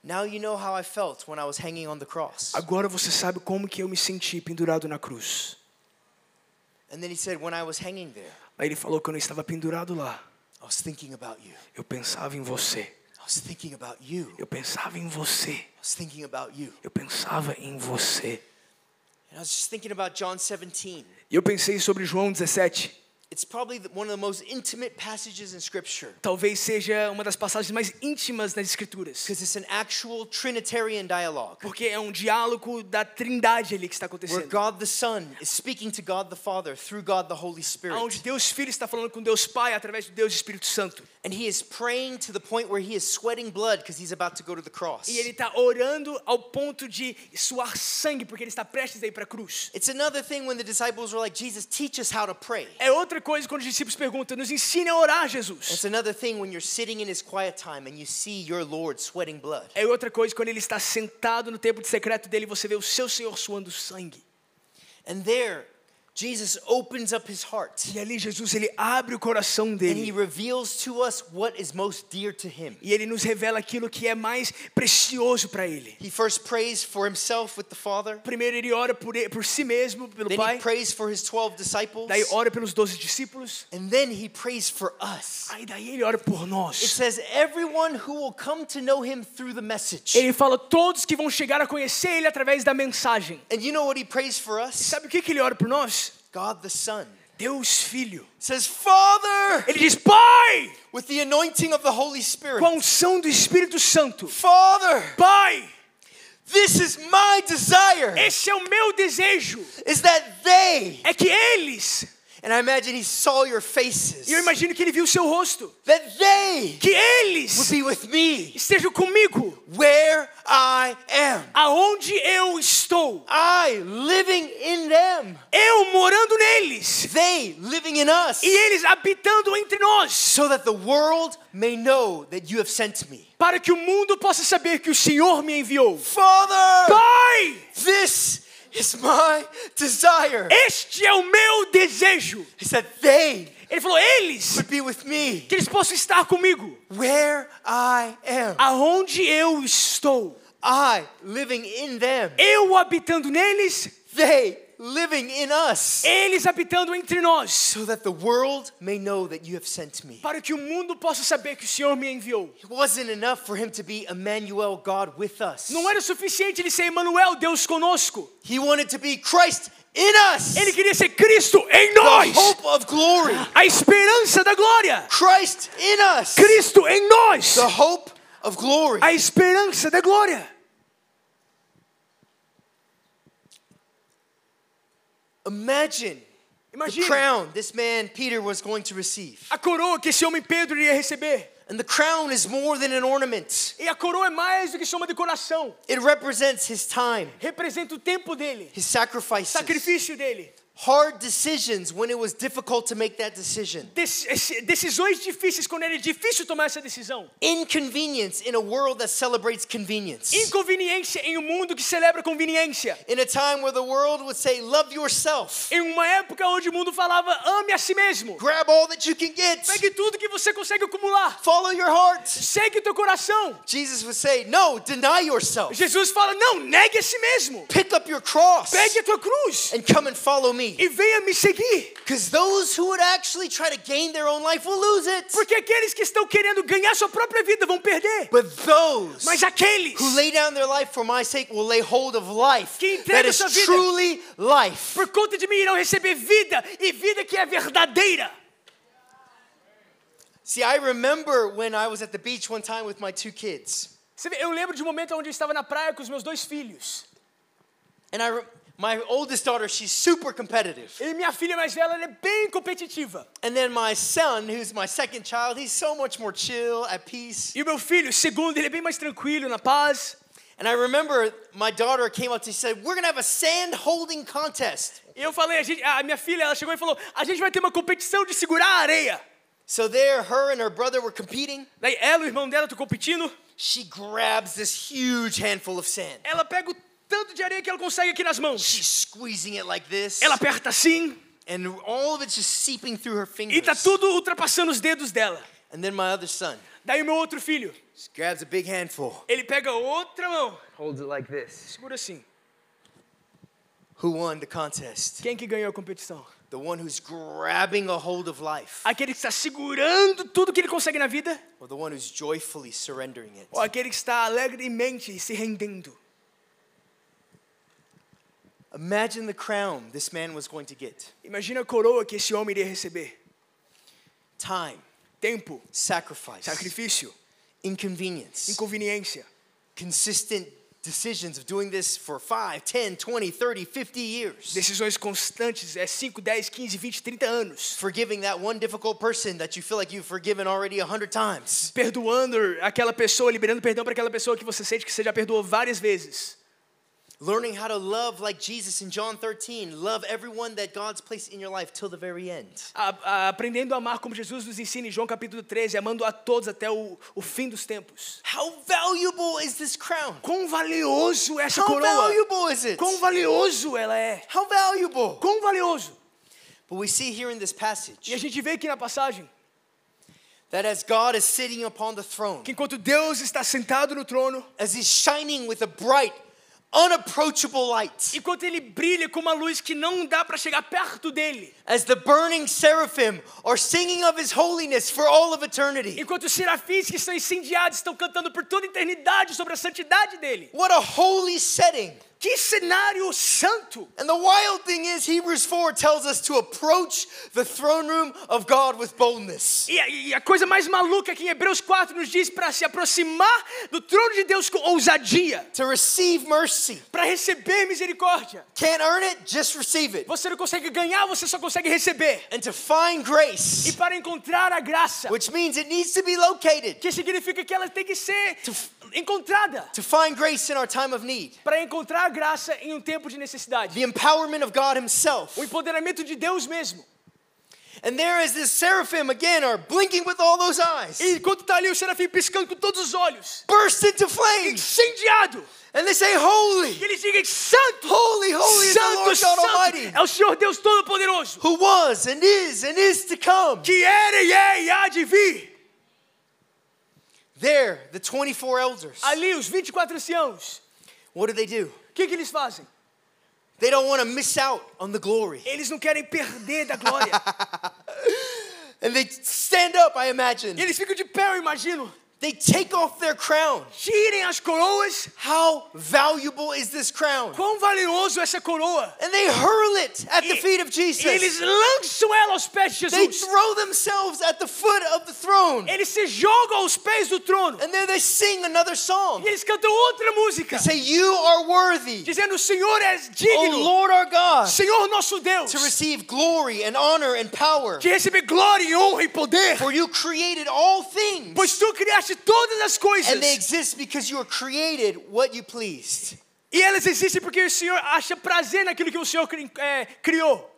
S1: now you know how I felt when I was hanging on the cross.
S2: agora você sabe como que eu me senti pendurado na cruz.
S1: And then he said, when I was hanging there,
S2: Aí ele falou que eu não estava pendurado lá.
S1: I was thinking about you.
S2: Eu pensava em você.
S1: I was thinking about you. I
S2: Eu pensava em você.
S1: was thinking about you.
S2: Eu pensava em você.
S1: And I was just thinking about John 17.
S2: E eu pensei sobre João 17.
S1: It's probably the- one of the most intimate passages in Scripture
S2: Talvez seja uma das passagens mais íntimas nas Escrituras.
S1: because it's an actual Trinitarian dialogue
S2: Porque é um diálogo da trindade ali que está
S1: where
S2: acontecendo.
S1: God the Son is speaking to God the Father through God the Holy Spirit.
S2: Onde Deus Filho está falando com Deus Pai através do Deus Espírito Santo.
S1: And he is praying to the point where he is sweating blood because he's about to go to the cross.
S2: E ele está orando ao ponto de suar sangue, porque ele está prestes a ir para a cruz.
S1: It's another thing when the disciples were like, Jesus, teach us how to pray.
S2: É outra coisa quando os discípulos perguntam, nos ensine a orar, Jesus.
S1: It's another thing when you're sitting in his quiet time and you see your Lord sweating blood.
S2: É outra coisa quando ele está sentado no templo de secreto dele e você vê o seu Senhor suando sangue.
S1: And there, Jesus opens up his heart
S2: E ali Jesus, ele abre o coração
S1: and he
S2: dele.
S1: reveals to us what is most dear to him.
S2: E ele nos revela aquilo que é mais precioso para ele.
S1: He first prays for himself with the Father,
S2: Primeiro ele ora por, e- por si mesmo, pelo
S1: then he
S2: Pai.
S1: prays for his 12 disciples,
S2: Daí ora pelos doze discípulos.
S1: and then he prays for us.
S2: Aí daí ele ora por
S1: It
S2: nós.
S1: says, everyone who will come to know him through the message.
S2: Ele fala todos que vão chegar a conhecer ele através da mensagem.
S1: And you know what he prays for us?
S2: Sabe o que, que ele ora por nós?
S1: God the Son
S2: Deus Filho.
S1: says, Father,
S2: Ele diz, Pai,
S1: with the anointing of the
S2: com
S1: Holy
S2: a
S1: Spirit,
S2: unção do Espírito Santo.
S1: Father,
S2: Pai,
S1: this is my desire
S2: esse é o meu desejo.
S1: is that they,
S2: É que eles,
S1: and I imagine he saw your faces,
S2: e eu imagino que ele viu o seu rosto,
S1: that they
S2: que
S1: would
S2: eles
S1: be with me
S2: estejam comigo
S1: where I am.
S2: aonde eu estou.
S1: I living in them,
S2: Eu morando neles
S1: they living in us,
S2: e eles habitando entre nós.
S1: so that the world may know that you have sent me.
S2: para que o mundo possa saber que o Senhor me enviou.
S1: Father,
S2: Pai,
S1: this is my desire.
S2: este é o meu desejo.
S1: is that they
S2: Ele falou, eles,
S1: would be with me
S2: que eles possam estar comigo,
S1: where I am.
S2: aonde eu estou.
S1: I living in them,
S2: Eu habitando neles,
S1: they living in us,
S2: eles habitando entre nós,
S1: so that the world may know that you have sent me.
S2: para que o mundo possa saber que o Senhor me enviou.
S1: It wasn't enough for him to be Emmanuel, God with us.
S2: Não era o suficiente ele ser Emmanuel, Deus conosco.
S1: He wanted to be Christ in us,
S2: Ele
S1: the
S2: queria ser Cristo em nós,
S1: hope of glory.
S2: a esperança da glória.
S1: Christ in us, the
S2: Cristo em nós,
S1: hope of glory.
S2: a esperança da glória.
S1: Imagine the
S2: Imagina.
S1: crown this man Peter was going to receive.
S2: a coroa que esse homem Pedro iria receber.
S1: And the crown is more than an ornament.
S2: E a coroa é mais do que só uma decoração.
S1: It represents his time,
S2: Representa o tempo dele,
S1: his
S2: o
S1: sacrifices,
S2: sacrifício dele,
S1: hard decisions when it was difficult to make that decision,
S2: Deci- esse- decisões difíceis quando era difícil tomar essa decisão.
S1: inconvenience in a world that celebrates convenience,
S2: Inconveniência em um mundo que celebra conveniência.
S1: in a time where the world would say, Love yourself,
S2: Em uma época onde o mundo falava ame a si mesmo.
S1: grab all that you can get,
S2: Pegue tudo que você consegue acumular.
S1: follow your heart.
S2: Segue o teu coração.
S1: Jesus would say, No, deny yourself,
S2: Jesus fala: não, negue a si mesmo.
S1: pick up your cross,
S2: Pegue a tua cruz
S1: and come and follow me.
S2: e venha me seguir.
S1: Because those who would actually try to gain their own life will lose it.
S2: Porque aqueles que estão querendo ganhar sua própria vida vão perder.
S1: But those
S2: Mas aqueles
S1: who lay down their life for my sake will lay hold of life
S2: Que entrega
S1: that is
S2: sua vida.
S1: truly life.
S2: por conta de mim irão receber vida e vida que é verdadeira.
S1: See, I remember when I was at the beach one time with my two kids,
S2: Você vê, eu lembro de um momento onde eu estava na praia com os meus dois filhos.
S1: and I. Re- my oldest daughter, she's super competitive.
S2: E minha filha mais velha ela é bem competitiva.
S1: And then my son, who's my second child, he's so much more chill, at peace.
S2: E o meu filho, segundo, ele é bem mais tranquilo, na paz.
S1: And I remember my daughter came up to me and said, We're gonna have a sand holding contest.
S2: E eu falei, a, gente- a minha filha, ela chegou e falou, a gente vai ter uma competição de segurar a areia.
S1: So there, her and her brother were competing.
S2: Daí ela e o irmão dela estão competindo.
S1: She grabs this huge handful of sand.
S2: Ela pega o tanto de areia que ela consegue aqui nas mãos.
S1: She's squeezing it like this.
S2: Ela aperta assim
S1: And all of it's just seeping through her
S2: e
S1: fingers.
S2: tá tudo ultrapassando os dedos dela.
S1: And then my other son
S2: Daí o meu outro filho,
S1: just grabs a big handful.
S2: ele pega outra mão,
S1: Holds it like this.
S2: segura assim.
S1: Who won the contest?
S2: Quem que ganhou a competição?
S1: The one who's grabbing a hold of life,
S2: Aquele que está segurando tudo que ele consegue na vida
S1: or the one who's joyfully surrendering it.
S2: ou aquele que está alegremente se rendendo?
S1: Imagine the crown this man was going to get
S2: Imagina a coroa que esse homem iria receber.
S1: time,
S2: Tempo,
S1: sacrifice,
S2: sacrifício,
S1: inconvenience,
S2: inconveniência.
S1: consistent decisions of doing this for 5, 10, 20, 30, 50 years.
S2: Decisões constantes, é 5, 10, 15, 20, 30 anos.
S1: Forgiving that one difficult person that you feel like you've forgiven already a hundred times.
S2: Perdoando aquela pessoa, liberando perdão para aquela pessoa que você sente que você já perdoou várias vezes.
S1: Learning how to love like Jesus in John 13. Love everyone that God's placed in your life till the very end.
S2: A- a- aprendendo a amar como Jesus nos ensina em João capítulo 13, amando a todos até o, o fim dos tempos.
S1: How valuable is this crown?
S2: Quão valioso é essa
S1: How
S2: coroa!
S1: valuable is it?
S2: Quão valioso ela é!
S1: How valuable?
S2: Quão valioso!
S1: But we see here in this
S2: E a
S1: passage
S2: gente vê aqui na passagem
S1: that as God is sitting upon the throne,
S2: que enquanto Deus está sentado no trono,
S1: as he's shining with a bright, unapproachable light,
S2: enquanto ele brilha com uma luz que não dá para chegar perto dele,
S1: as the burning seraphim are singing of his holiness for all of eternity.
S2: enquanto os serafins que estão incendiados estão cantando por toda a eternidade sobre a santidade dele.
S1: What a holy setting.
S2: Que cenário santo!
S1: And the wild thing is, Hebrews 4 tells us to approach the throne room of God with boldness.
S2: E a, e a coisa mais maluca é que em Hebreus 4 nos diz para se aproximar do trono de Deus com ousadia,
S1: to receive mercy.
S2: para receber misericórdia.
S1: Can't earn it, just receive it.
S2: Você não consegue ganhar, você só consegue receber.
S1: And to
S2: E
S1: find grace,
S2: para encontrar a graça,
S1: which means it needs to be located.
S2: que significa que ela tem que ser encontrada.
S1: To find grace in our time of need,
S2: Para encontrar a graça em um tempo de necessidade.
S1: the empowerment of God Himself.
S2: O empoderamento de Deus mesmo.
S1: And there is this seraphim again, are blinking with all those eyes,
S2: E enquanto está ali o serafim piscando com todos os olhos,
S1: burst into flames,
S2: incendiado,
S1: and they say, Holy,
S2: que eles digam: Santo,
S1: holy, holy is the
S2: Santo,
S1: Lord God
S2: Santo,
S1: Almighty,
S2: é o Senhor Deus Todo-Poderoso.
S1: who was and is and is to come.
S2: que era e é e há de vir.
S1: There, the 24 elders,
S2: Ali, os 24 anciãos,
S1: what do they do?
S2: o que, que eles fazem?
S1: They don't want to miss out on the glory.
S2: Eles não querem perder da glória.
S1: And they stand up, I imagine.
S2: E eles ficam de pé, eu imagino.
S1: They take off their crown.
S2: Tirem as coroas.
S1: How valuable is this crown?
S2: Quão valioso é essa coroa!
S1: And they hurl it at the
S2: E-
S1: feet of
S2: E eles
S1: Jesus.
S2: lançam ela aos pés de
S1: They
S2: Jesus.
S1: throw themselves at the foot of the throne.
S2: Eles se jogam aos pés do trono.
S1: And there they sing another song.
S2: E eles cantam outra música,
S1: Say, You are worthy,
S2: dizendo: O Senhor é
S1: O
S2: digno,
S1: Lord our God,
S2: Senhor nosso Deus,
S1: to receive glory and honor and power.
S2: de receber glória e honra e poder.
S1: For you created all things,
S2: Pois tu criaste todas as
S1: and they
S2: coisas.
S1: exist because you were created what you pleased.
S2: E elas existem porque o Senhor acha prazer naquilo que o Senhor cri- é, criou.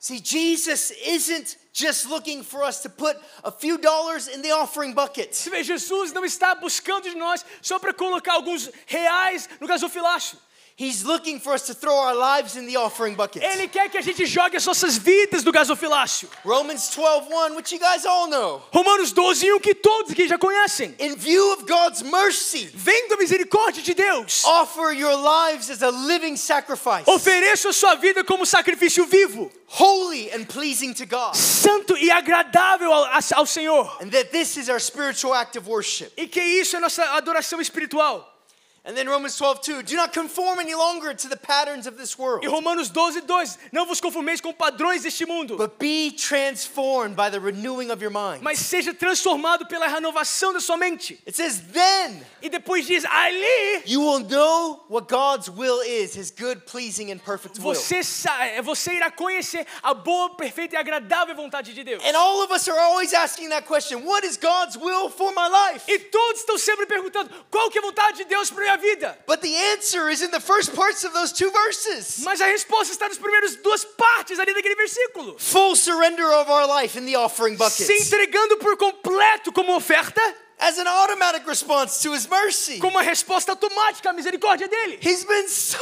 S1: See, Jesus isn't just looking for us to put a few dollars in the offering bucket.
S2: Você vê, Jesus não está buscando de nós só para colocar alguns reais no gasofilácio.
S1: He's looking for us to throw our lives in the offering bucket.
S2: Ele quer que a gente jogue as nossas vidas no gasofilácio.
S1: Romans 12:1, which you guys all know.
S2: Romanos 12, 1, que todos aqui já conhecem.
S1: In view of God's mercy,
S2: Vendo a misericórdia de Deus,
S1: offer your lives as a living sacrifice,
S2: ofereça a sua vida como sacrifício vivo,
S1: holy and pleasing to God.
S2: santo e agradável ao, ao Senhor.
S1: And that this is our spiritual act of worship.
S2: E que isso é nossa adoração espiritual.
S1: And then Romans 12:2, do not conform any longer to the patterns of this world,
S2: E Romanos 12, 2, não vos conformeis com padrões deste mundo,
S1: but be transformed by the renewing of your mind.
S2: mas seja transformado pela renovação da sua mente.
S1: It says, then
S2: E depois diz, ali
S1: you will know what God's will is, his good, pleasing, and perfect will.
S2: você, sa- é, você irá conhecer a boa, perfeita e agradável vontade de Deus.
S1: And all of us are always asking that question what is God's will for my life?
S2: E todos estão sempre perguntando, qual que é a vontade de Deus para minha vida?
S1: But the answer is in the first parts of those two verses.
S2: Mas a resposta está nas primeiras duas partes ali daquele versículo.
S1: Full surrender of our life in the offering bucket.
S2: Se entregando por completo como oferta,
S1: As an automatic response to his mercy.
S2: como uma resposta automática à misericórdia dele.
S1: He's been so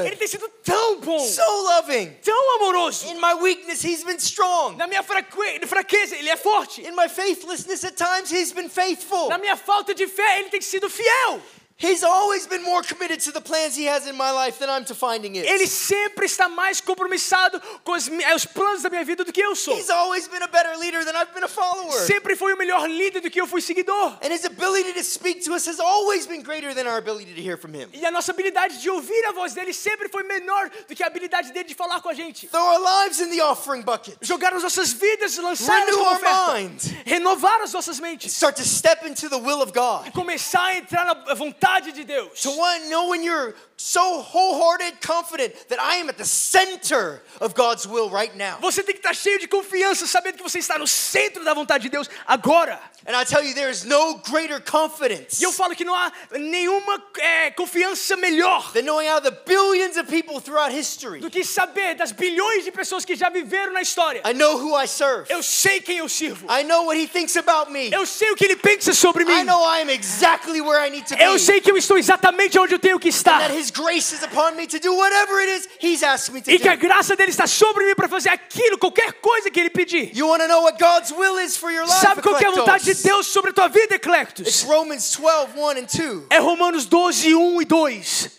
S2: Ele
S1: good,
S2: tem sido tão bom,
S1: so loving.
S2: tão amoroso.
S1: In my weakness, he's been strong.
S2: Na minha fraque- fraqueza, ele é forte.
S1: In my faithlessness at times, he's been faithful.
S2: Na minha falta de fé, ele tem sido fiel.
S1: He's always been more committed to the plans he has in my life than I'm to finding it.
S2: Ele sempre está mais compromissado com os, mi- os planos da minha vida do que eu sou.
S1: He's always been a better leader than I've been a follower.
S2: Sempre foi o melhor líder do que eu fui seguidor.
S1: And his ability to speak to us has always been greater than our ability to hear from him.
S2: E a nossa habilidade de ouvir a voz dele sempre foi menor do que a habilidade dele de falar com a gente.
S1: Throw our lives in the offering bucket.
S2: Jogar as nossas vidas, lançar as
S1: Renew
S2: como
S1: our
S2: oferta.
S1: minds.
S2: Renovar as nossas mentes.
S1: Start to step into the will of God.
S2: Começar a entrar na vontade de Deus.
S1: To one, know when you're so wholehearted, confident that I am at the center of God's will right now.
S2: Você tem que estar cheio de confiança, sabendo que você está no centro da vontade de Deus agora.
S1: And I tell you, there is no greater confidence
S2: E eu falo que não há nenhuma é, confiança melhor
S1: than knowing how the billions of people throughout history.
S2: do que saber das bilhões de pessoas que já viveram na história.
S1: I know who I serve.
S2: Eu sei quem eu sirvo.
S1: I know what he thinks about me.
S2: Eu sei o que ele pensa sobre mim.
S1: I know I am exactly where I need to be.
S2: Eu sei que eu estou exatamente onde eu tenho que estar.
S1: that his grace is upon me to do whatever it is he's asked me to
S2: E que a
S1: do.
S2: graça dele está sobre mim para fazer aquilo, qualquer coisa que ele pedir.
S1: You want to know what God's will is for your life?
S2: Sabe qual que é a vontade de
S1: Eclectos?
S2: Deus sobre a tua vida, Eclectus?
S1: It's Romans 12, 1 and 2.
S2: É Romanos 12, 1 e 2.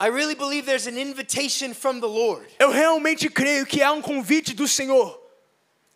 S1: I really believe there's an invitation from the Lord
S2: Eu realmente creio que há um convite do Senhor.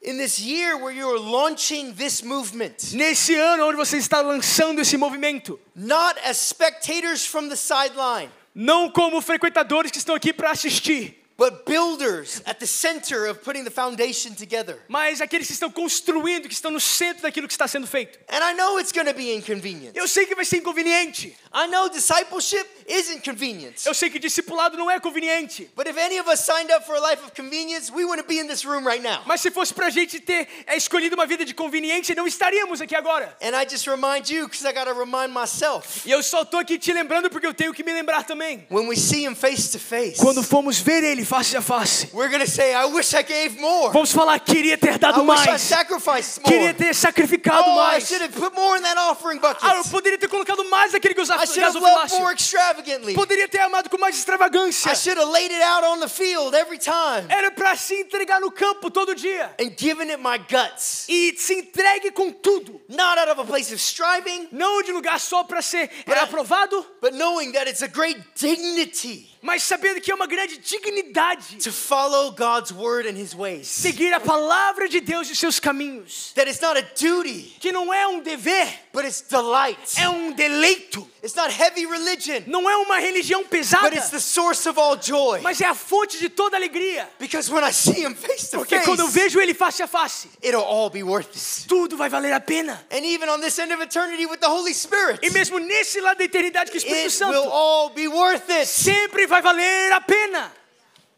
S1: in this year where you're launching this movement,
S2: Nesse ano onde você está lançando esse movimento.
S1: not as spectators from the sideline,
S2: Não como frequentadores que estão aqui para assistir.
S1: but builders at the center of putting the foundation together.
S2: Mas aqueles que estão construindo, que estão no centro daquilo que está sendo feito.
S1: And I know it's going to be inconvenient.
S2: Eu sei que vai ser inconveniente.
S1: I know discipleship isn't convenient.
S2: Eu sei que discipulado não é conveniente.
S1: But if any of us signed up for a life of convenience, we wouldn't be in this room right now.
S2: Mas se fosse pra gente ter é, escolhido uma vida de conveniência, não estaríamos aqui agora.
S1: And I just remind you, because I got to remind myself,
S2: E eu só tô aqui te lembrando porque eu tenho que me lembrar também.
S1: when we see him face to face,
S2: Quando formos ver ele face a face,
S1: we're going to say, I wish I gave more.
S2: vamos falar, queria ter
S1: I
S2: dado
S1: wish I
S2: mais.
S1: sacrificed more.
S2: Queria ter sacrificado
S1: Oh, I
S2: mais.
S1: should have put more in that offering bucket.
S2: Ah, eu poderia ter colocado mais naquele
S1: I
S2: gasof-
S1: should have loved
S2: gasofilácio.
S1: more extravagantly.
S2: Poderia ter amado com mais extravagância.
S1: I should have laid it out on the field every time
S2: Era pra se entregar no campo todo dia.
S1: and given it my guts.
S2: E se entregue com tudo.
S1: Not out of a place of striving,
S2: Não de lugar só pra ser é, aprovado,
S1: but knowing that it's a great dignity
S2: mas sabendo que é uma grande dignidade
S1: to follow God's word and his ways.
S2: seguir a palavra de Deus e seus caminhos,
S1: That it's not a duty,
S2: que não é um dever,
S1: but it's delight.
S2: é um deleito.
S1: It's not heavy religion,
S2: Não é uma religião pesada,
S1: but it's the source of all joy.
S2: mas é a fonte de toda alegria.
S1: Because when I see him face to
S2: Porque quando eu
S1: face,
S2: vejo ele face a face,
S1: it'll all be worth
S2: tudo vai valer a pena.
S1: it. And even on this end of eternity with the Holy Spirit,
S2: E mesmo nesse lado da eternidade que o Espírito
S1: it will
S2: Santo
S1: all be worth it.
S2: sempre vai valer a pena.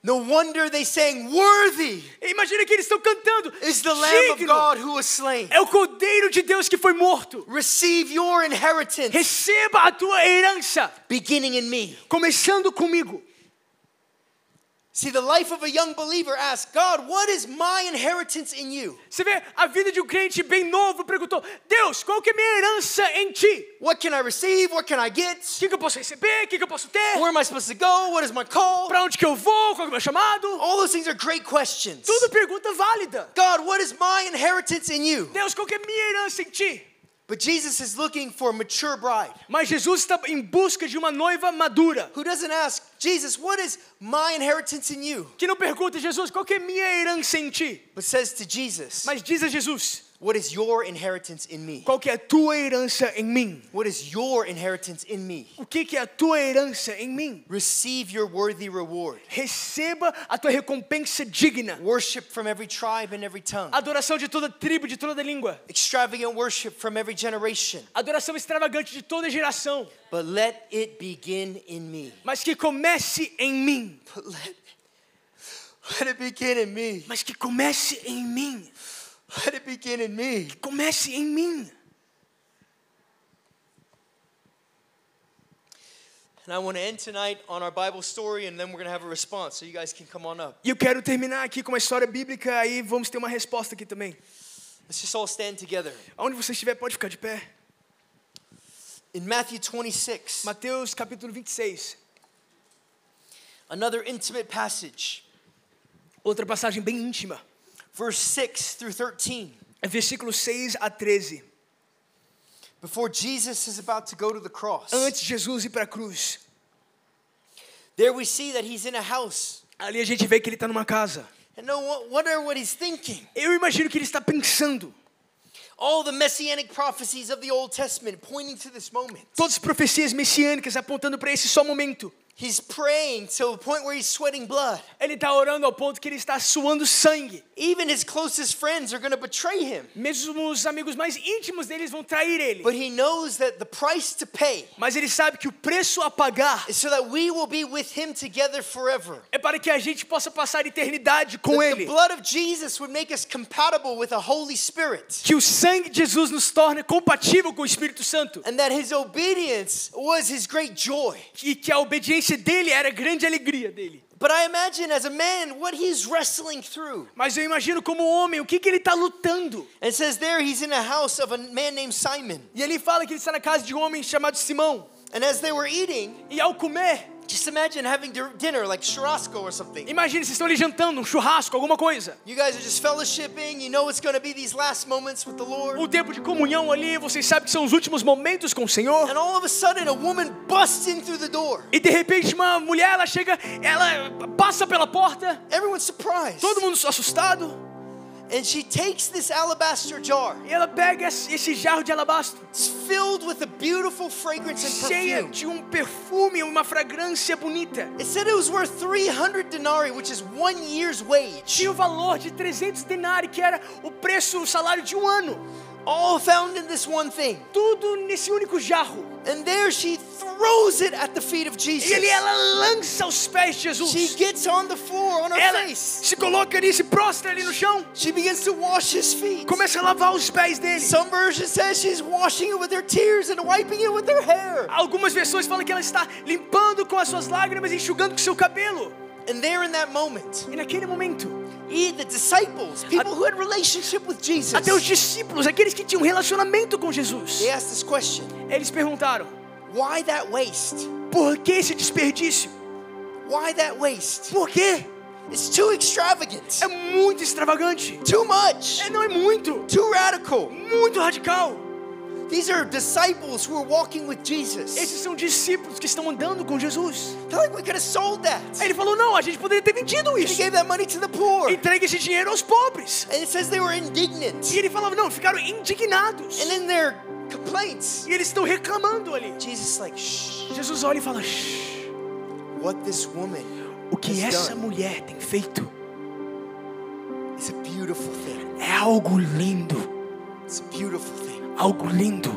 S1: No wonder they sang, Worthy
S2: Imagina que eles estão cantando:
S1: is the Lamb of
S2: "Digno
S1: God who was slain.
S2: É o Cordeiro de Deus que foi morto.
S1: Receive your inheritance
S2: Receba a tua herança,
S1: beginning in me.
S2: começando comigo.
S1: See, the life of a young believer asks, God, what is my inheritance in you?
S2: Você vê a vida de um crente bem novo perguntou: Deus, qual que é a minha herança em ti?
S1: What can I receive? What can I
S2: O
S1: get?
S2: que, que eu posso receber? O que, que eu posso ter?
S1: Where am I supposed to go? What is my call?
S2: Para onde que eu vou? Qual que é o meu chamado?
S1: All those things are great questions.
S2: Tudo pergunta válida.
S1: God, what is my inheritance in you?
S2: Deus, qual que é a minha herança em ti?
S1: But Jesus is looking for a mature bride
S2: Mas Jesus está em busca de uma noiva madura,
S1: who doesn't ask, Jesus, what is my inheritance in you?
S2: que não pergunta, Jesus, qual que é a minha herança em ti?
S1: But says to Jesus,
S2: Mas diz a Jesus,
S1: what is your inheritance in me?
S2: qual que é a tua herança em mim?
S1: What is your inheritance in me?
S2: O que, que é a tua herança em mim?
S1: Receive your worthy reward.
S2: Receba a tua recompensa digna.
S1: Worship from every tribe and every tongue.
S2: Adoração de toda tribo, de toda língua.
S1: Extravagant worship from every generation.
S2: Adoração extravagante de toda geração.
S1: But let it begin in me.
S2: Mas que comece em mim.
S1: But let, let it begin in me.
S2: Mas que comece em mim.
S1: Let it begin in me.
S2: Comece em mim.
S1: And I want to end tonight on our Bible story, and then we're going to have a response. So you guys can come on up.
S2: E eu quero terminar aqui com uma história bíblica, aí vamos ter uma resposta aqui também.
S1: Let's just all stand together.
S2: Aonde você estiver, pode ficar de pé.
S1: In Matthew 26,
S2: Mateus capítulo 26.
S1: another intimate passage,
S2: Outra passagem bem íntima.
S1: verse 6 through 13.
S2: É versículo 6 a 13.
S1: Before Jesus is about to go to the cross,
S2: Antes de Jesus ir para a cruz.
S1: there we see that he's in a house.
S2: Ali a gente vê que ele está numa casa.
S1: And no wo- wonder what he's thinking.
S2: Eu imagino que ele está pensando.
S1: All the messianic prophecies of the Old Testament pointing to this moment.
S2: Todas as profecias messiânicas apontando para esse só momento.
S1: He's praying till the point where he's sweating blood.
S2: Ele está orando ao ponto que ele está suando sangue.
S1: Even his closest friends are going to betray him.
S2: Mesmo os amigos mais íntimos deles vão trair ele.
S1: But he knows that the price to pay
S2: Mas ele sabe que o preço a pagar
S1: is so that we will be with him together forever.
S2: é para que a gente possa passar a eternidade com
S1: That the
S2: ele.
S1: blood of Jesus would make us compatible with the Holy Spirit.
S2: Que o sangue de Jesus nos torna compatível com o Espírito Santo.
S1: And that his obedience was his great joy.
S2: E que a obediência dele era a grande alegria dele.
S1: But I imagine as a man what he's wrestling through.
S2: Mas eu imagino como homem, o que, que ele está lutando?
S1: And it says there he's in a house of a man named Simon.
S2: E ele fala que ele está na casa de um homem chamado Simão.
S1: And as they were eating,
S2: E ao comer,
S1: Just imagine having dir- dinner like churrasco or something.
S2: imagine, vocês estão ali jantando, um churrasco, alguma coisa.
S1: You guys are just fellowshipping. You know it's going to be these last moments with the Lord.
S2: Um tempo de comunhão ali, vocês sabem que são os últimos momentos com o Senhor.
S1: And all of a sudden, a woman busts in through the door.
S2: E de repente uma mulher, ela chega, ela passa pela porta,
S1: Everyone's surprised.
S2: todo mundo assustado.
S1: And she takes this alabaster jar.
S2: E ela pega esse esse jarro de alabastro,
S1: It's filled with a beautiful fragrance and
S2: cheia
S1: perfume.
S2: de um perfume, uma fragrância bonita.
S1: It said it was worth 300 denarii, which is one year's wage.
S2: Tinha o valor de 300 denários, que era o preço, o salário de um ano.
S1: All found in this one thing.
S2: Tudo nesse único jarro.
S1: And there she throws it at the feet of
S2: E ele,
S1: Jesus.
S2: ela lança aos pés de
S1: She
S2: Jesus.
S1: gets on the floor on her
S2: Ela
S1: face.
S2: se coloca ali, se prostra ali no chão.
S1: She begins to wash his feet.
S2: Começa a lavar os pés dele.
S1: Some version says she's washing it with her tears and wiping it with her hair.
S2: Algumas versões falam que ela está limpando com as suas lágrimas, enxugando com seu cabelo.
S1: And there in that moment,
S2: E naquele momento,
S1: e the disciples, people who had relationship with Jesus,
S2: até os discípulos, aqueles que tinham relacionamento com Jesus,
S1: they asked this question:
S2: eles perguntaram:
S1: Why that waste?
S2: por que esse desperdício?
S1: Why that waste?
S2: Por quê?
S1: It's too extravagant,
S2: É muito extravagante.
S1: too much,
S2: É não é muito,
S1: too radical.
S2: muito radical.
S1: These are disciples who are walking with Jesus.
S2: Esses são discípulos que estão andando com Jesus.
S1: They're like, we could have sold
S2: Aí
S1: that.
S2: ele falou: não, a gente poderia ter vendido
S1: He
S2: isso.
S1: gave that money to the poor. And
S2: Entregue esse dinheiro aos pobres.
S1: it says they were indignant.
S2: E ele falava: não, ficaram indignados.
S1: And in their complaints,
S2: E eles estão reclamando ali.
S1: Jesus is like, shh.
S2: Jesus olha e fala: Shh,
S1: What this woman
S2: o que
S1: has
S2: essa
S1: done
S2: mulher tem feito
S1: It's a beautiful thing.
S2: é algo lindo,
S1: It's a beautiful thing.
S2: algo lindo.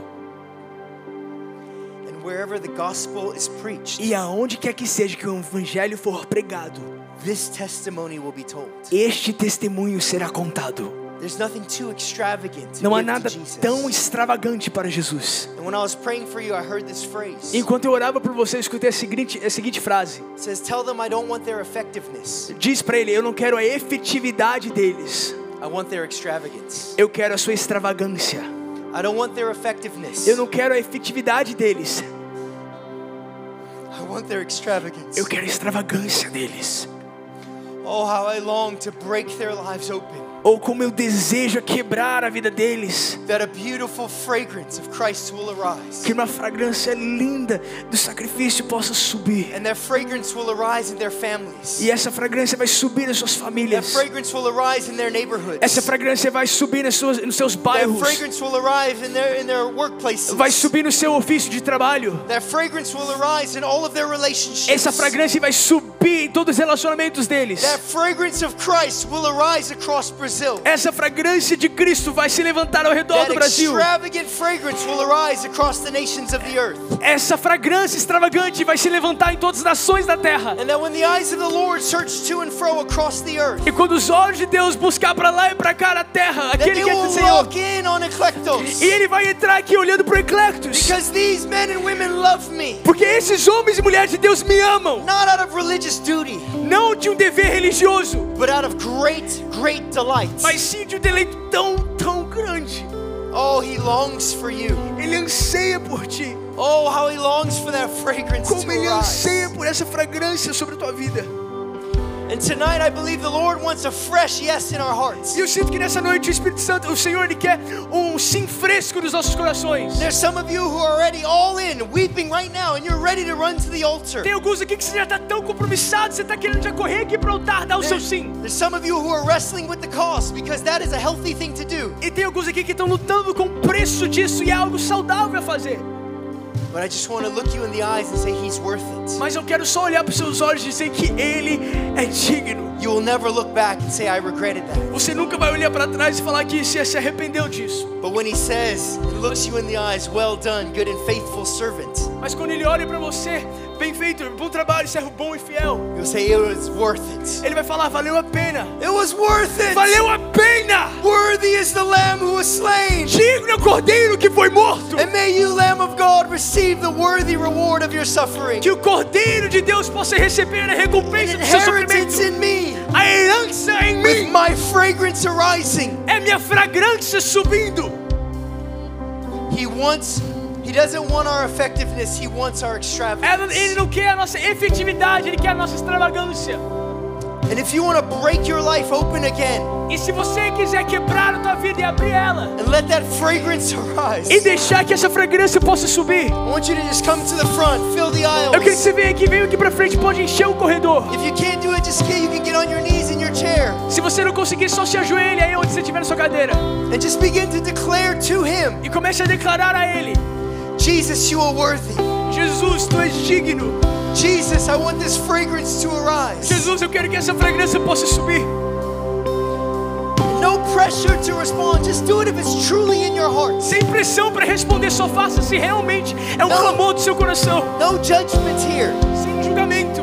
S1: And wherever the gospel is preached,
S2: E aonde quer que seja que o evangelho for pregado,
S1: this testimony will be told.
S2: este testemunho será contado.
S1: There's nothing too extravagant to
S2: Não há
S1: give to
S2: nada
S1: Jesus.
S2: tão extravagante para Jesus.
S1: And when I was praying for you, I heard this phrase.
S2: Enquanto eu orava por você, eu escutei a seguinte, a seguinte frase:
S1: It says, Tell them I don't want their effectiveness.
S2: Diz para ele, eu não quero a efetividade deles,
S1: I want their extravagance.
S2: eu quero a sua extravagância.
S1: I don't want their effectiveness.
S2: Eu não quero a efetividade deles,
S1: I want their extravagance.
S2: eu quero a extravagância deles.
S1: Oh, how I long to break their lives open.
S2: Ou como eu desejo quebrar a vida deles,
S1: That a beautiful fragrance of Christ will arise.
S2: que uma fragrância linda do sacrifício possa subir.
S1: And that fragrance will arise in their families.
S2: E essa fragrância vai subir nas suas
S1: That
S2: famílias.
S1: fragrance will arise in their neighborhoods.
S2: Essa fragrância vai subir nas suas, nos seus
S1: That
S2: bairros.
S1: fragrance will arrive in their in their workplaces.
S2: Vai subir no seu ofício de trabalho.
S1: That fragrance will arise in all of their relationships.
S2: Essa fragrância vai subir em todos os relacionamentos deles.
S1: That fragrance of Christ will arise across Brazil.
S2: Essa fragrância de Cristo vai se levantar ao redor
S1: That
S2: do Brasil.
S1: extravagant fragrance will arise across the nations of the earth.
S2: Essa fragrância extravagante vai se levantar em todas as nações da terra.
S1: And that when the eyes of the Lord search to and fro across the earth,
S2: E quando os olhos de Deus buscar para lá e para cá na terra,
S1: that they
S2: aquele que é do
S1: will
S2: Senhor,
S1: walk in on
S2: e
S1: eclectos.
S2: ele vai entrar aqui olhando para Eclectus.
S1: Because these men and women love me,
S2: Porque esses homens e mulheres de Deus me amam,
S1: not out of religious duty,
S2: não de um dever religioso,
S1: but out of great, great delight.
S2: mas sim de um deleito tão, tão grande.
S1: Oh, he longs for you.
S2: Ele anseia por ti.
S1: Oh, how he longs for that fragrance to
S2: Como ele
S1: arise.
S2: anseia por essa fragrância sobre a tua vida.
S1: And tonight I believe the Lord wants a fresh yes in our hearts.
S2: E eu sinto que nessa noite o Espírito Santo, o Senhor, ele quer um sim fresco nos nossos corações.
S1: There's some of you who are already all in, weeping right now, and you're ready to run to the altar.
S2: Tem alguns aqui que você já está tão compromissado, você está querendo já correr aqui para o altar, dar o seu sim.
S1: There's some of you who are wrestling with the cost because that is a healthy thing to do.
S2: E tem alguns aqui que estão lutando com o preço disso e é algo saudável a fazer.
S1: But I just want to look you in the eyes and say, He's worth it.
S2: Mas eu quero só olhar para os seus olhos e dizer que Ele é digno.
S1: You will never look back and say, I regretted that.
S2: Você nunca vai olhar para trás e falar que você se arrependeu disso.
S1: But when He says and looks you in the eyes, Well done, good and faithful servant,
S2: Mas quando Ele olha para você, bem feito, bom trabalho, servo bom e fiel,
S1: you'll say, It was worth it.
S2: Ele vai falar, valeu a pena.
S1: It was worth it.
S2: Valeu a pena!
S1: Worthy is the Lamb who was slain.
S2: Digno é o cordeiro que foi morto!
S1: And may you, Lamb of God, receive the worthy reward of your suffering.
S2: Que o cordeiro de Deus possa receber a
S1: An
S2: recompensa do seu
S1: inheritance
S2: sofrimento!
S1: in me.
S2: A herança em
S1: With
S2: mim!
S1: my fragrance arising.
S2: É minha fragrância subindo!
S1: He wants, he doesn't want our effectiveness, he wants
S2: Ela-
S1: our
S2: Ele
S1: extravagance.
S2: não quer a nossa efetividade, ele quer a nossa extravagância.
S1: And if you want to break your life open again
S2: E se você quiser quebrar a tua vida e abrir ela,
S1: and let that fragrance arise,
S2: e
S1: I
S2: deixar que essa fragrância possa subir,
S1: want you to just come to the front, fill the
S2: eu quero que
S1: aisles.
S2: você venha aqui, venha aqui pra frente, pode encher o corredor.
S1: If you can't do it, just get, you can get on your knees in your chair
S2: Se você não conseguir, só se ajoelhe aí onde você estiver na sua cadeira.
S1: and just begin to declare to him,
S2: E comece a declarar a Ele:
S1: Jesus, you are worthy.
S2: Jesus, tu és digno.
S1: Jesus, I want this fragrance to arise.
S2: Jesus, eu quero que essa fragrância possa subir.
S1: No pressure to respond. Just do it if it's truly in your heart.
S2: Sem pressão para responder, só faça se realmente é um
S1: Não.
S2: clamor do seu coração.
S1: No judgment here.
S2: Sem julgamento.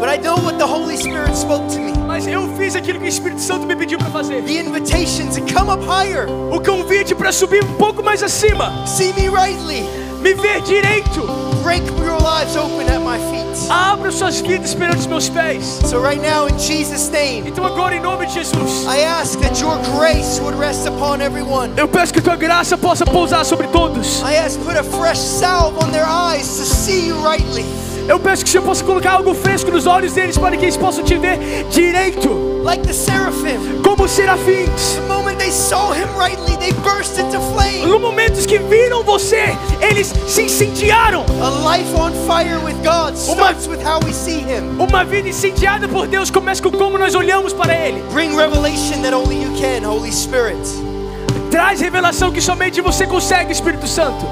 S1: But I know what the Holy Spirit spoke to me.
S2: Mas eu fiz aquilo que o Espírito Santo me pediu para fazer.
S1: The invitation to come up higher.
S2: O convite para subir um pouco mais acima.
S1: See me rightly.
S2: Me ver direito.
S1: Break your lives open at my feet.
S2: Abra suas vidas perante os meus pés.
S1: So right now, in Jesus' name,
S2: Então agora em nome de Jesus.
S1: I ask that your grace would rest upon everyone.
S2: Eu peço que a tua graça possa pousar sobre todos.
S1: I ask put a fresh salve on their eyes to see you rightly.
S2: Eu peço que o Senhor possa colocar algo fresco nos olhos deles para que eles possam te ver direito,
S1: Like the seraphim,
S2: como serafins.
S1: the moment they saw him rightly, they burst into flame.
S2: No momentos que viram você, eles se incendiaram.
S1: A life on fire with God starts with how we see him.
S2: Uma vida incendiada por Deus começa com como nós olhamos para Ele.
S1: Bring revelation that only you can, Holy Spirit.
S2: Traz revelação que somente você consegue, Espírito Santo.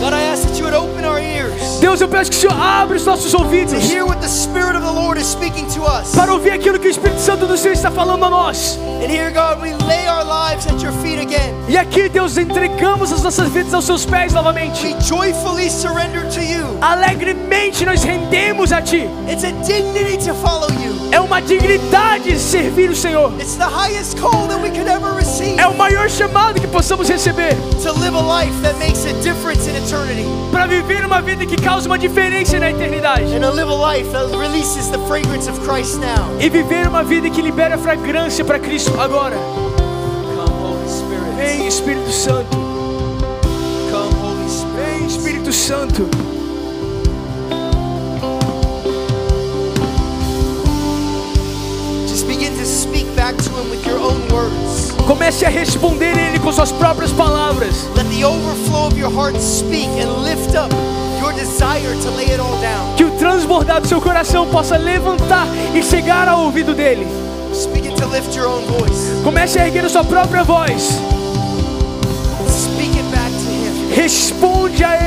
S1: God, I ask that you would open our ears
S2: Deus, eu peço que o Senhor abra os nossos
S1: to
S2: ouvidos
S1: hear what the Spirit of the Lord is speaking to us.
S2: para ouvir aquilo que o Espírito Santo Santo do Senhor está falando a nós.
S1: And here, God, we lay our lives at your feet again.
S2: E aqui, Deus, entregamos as nossas vidas aos seus pés novamente.
S1: We joyfully surrender to you.
S2: Alegremente nós rendemos a Ti.
S1: It's a dignity to follow you.
S2: É uma dignidade servir o Senhor.
S1: It's the highest call that we could ever receive
S2: É o maior chamado que possamos receber
S1: to live a life that makes a difference in eternity
S2: para viver uma vida que causa uma diferença na eternidade.
S1: and to live a life that releases the fragrance of Christ now.
S2: E viver uma vida que libera a fragrância para Cristo agora.
S1: Come, Holy Spirit.
S2: Vem, Espírito Santo.
S1: Come, Holy
S2: Vem,
S1: Spirit.
S2: Espírito Santo.
S1: Just begin to speak back to Him with your own words.
S2: Comece a responder Ele com suas próprias palavras.
S1: Let the overflow of your heart speak and lift up your desire to lay it all down.
S2: Que o transbordar do seu coração possa levantar e chegar ao ouvido dEle.
S1: Just begin to lift your own voice.
S2: Comece a erguer a sua própria voz.
S1: Speak it back to Him.
S2: Responde a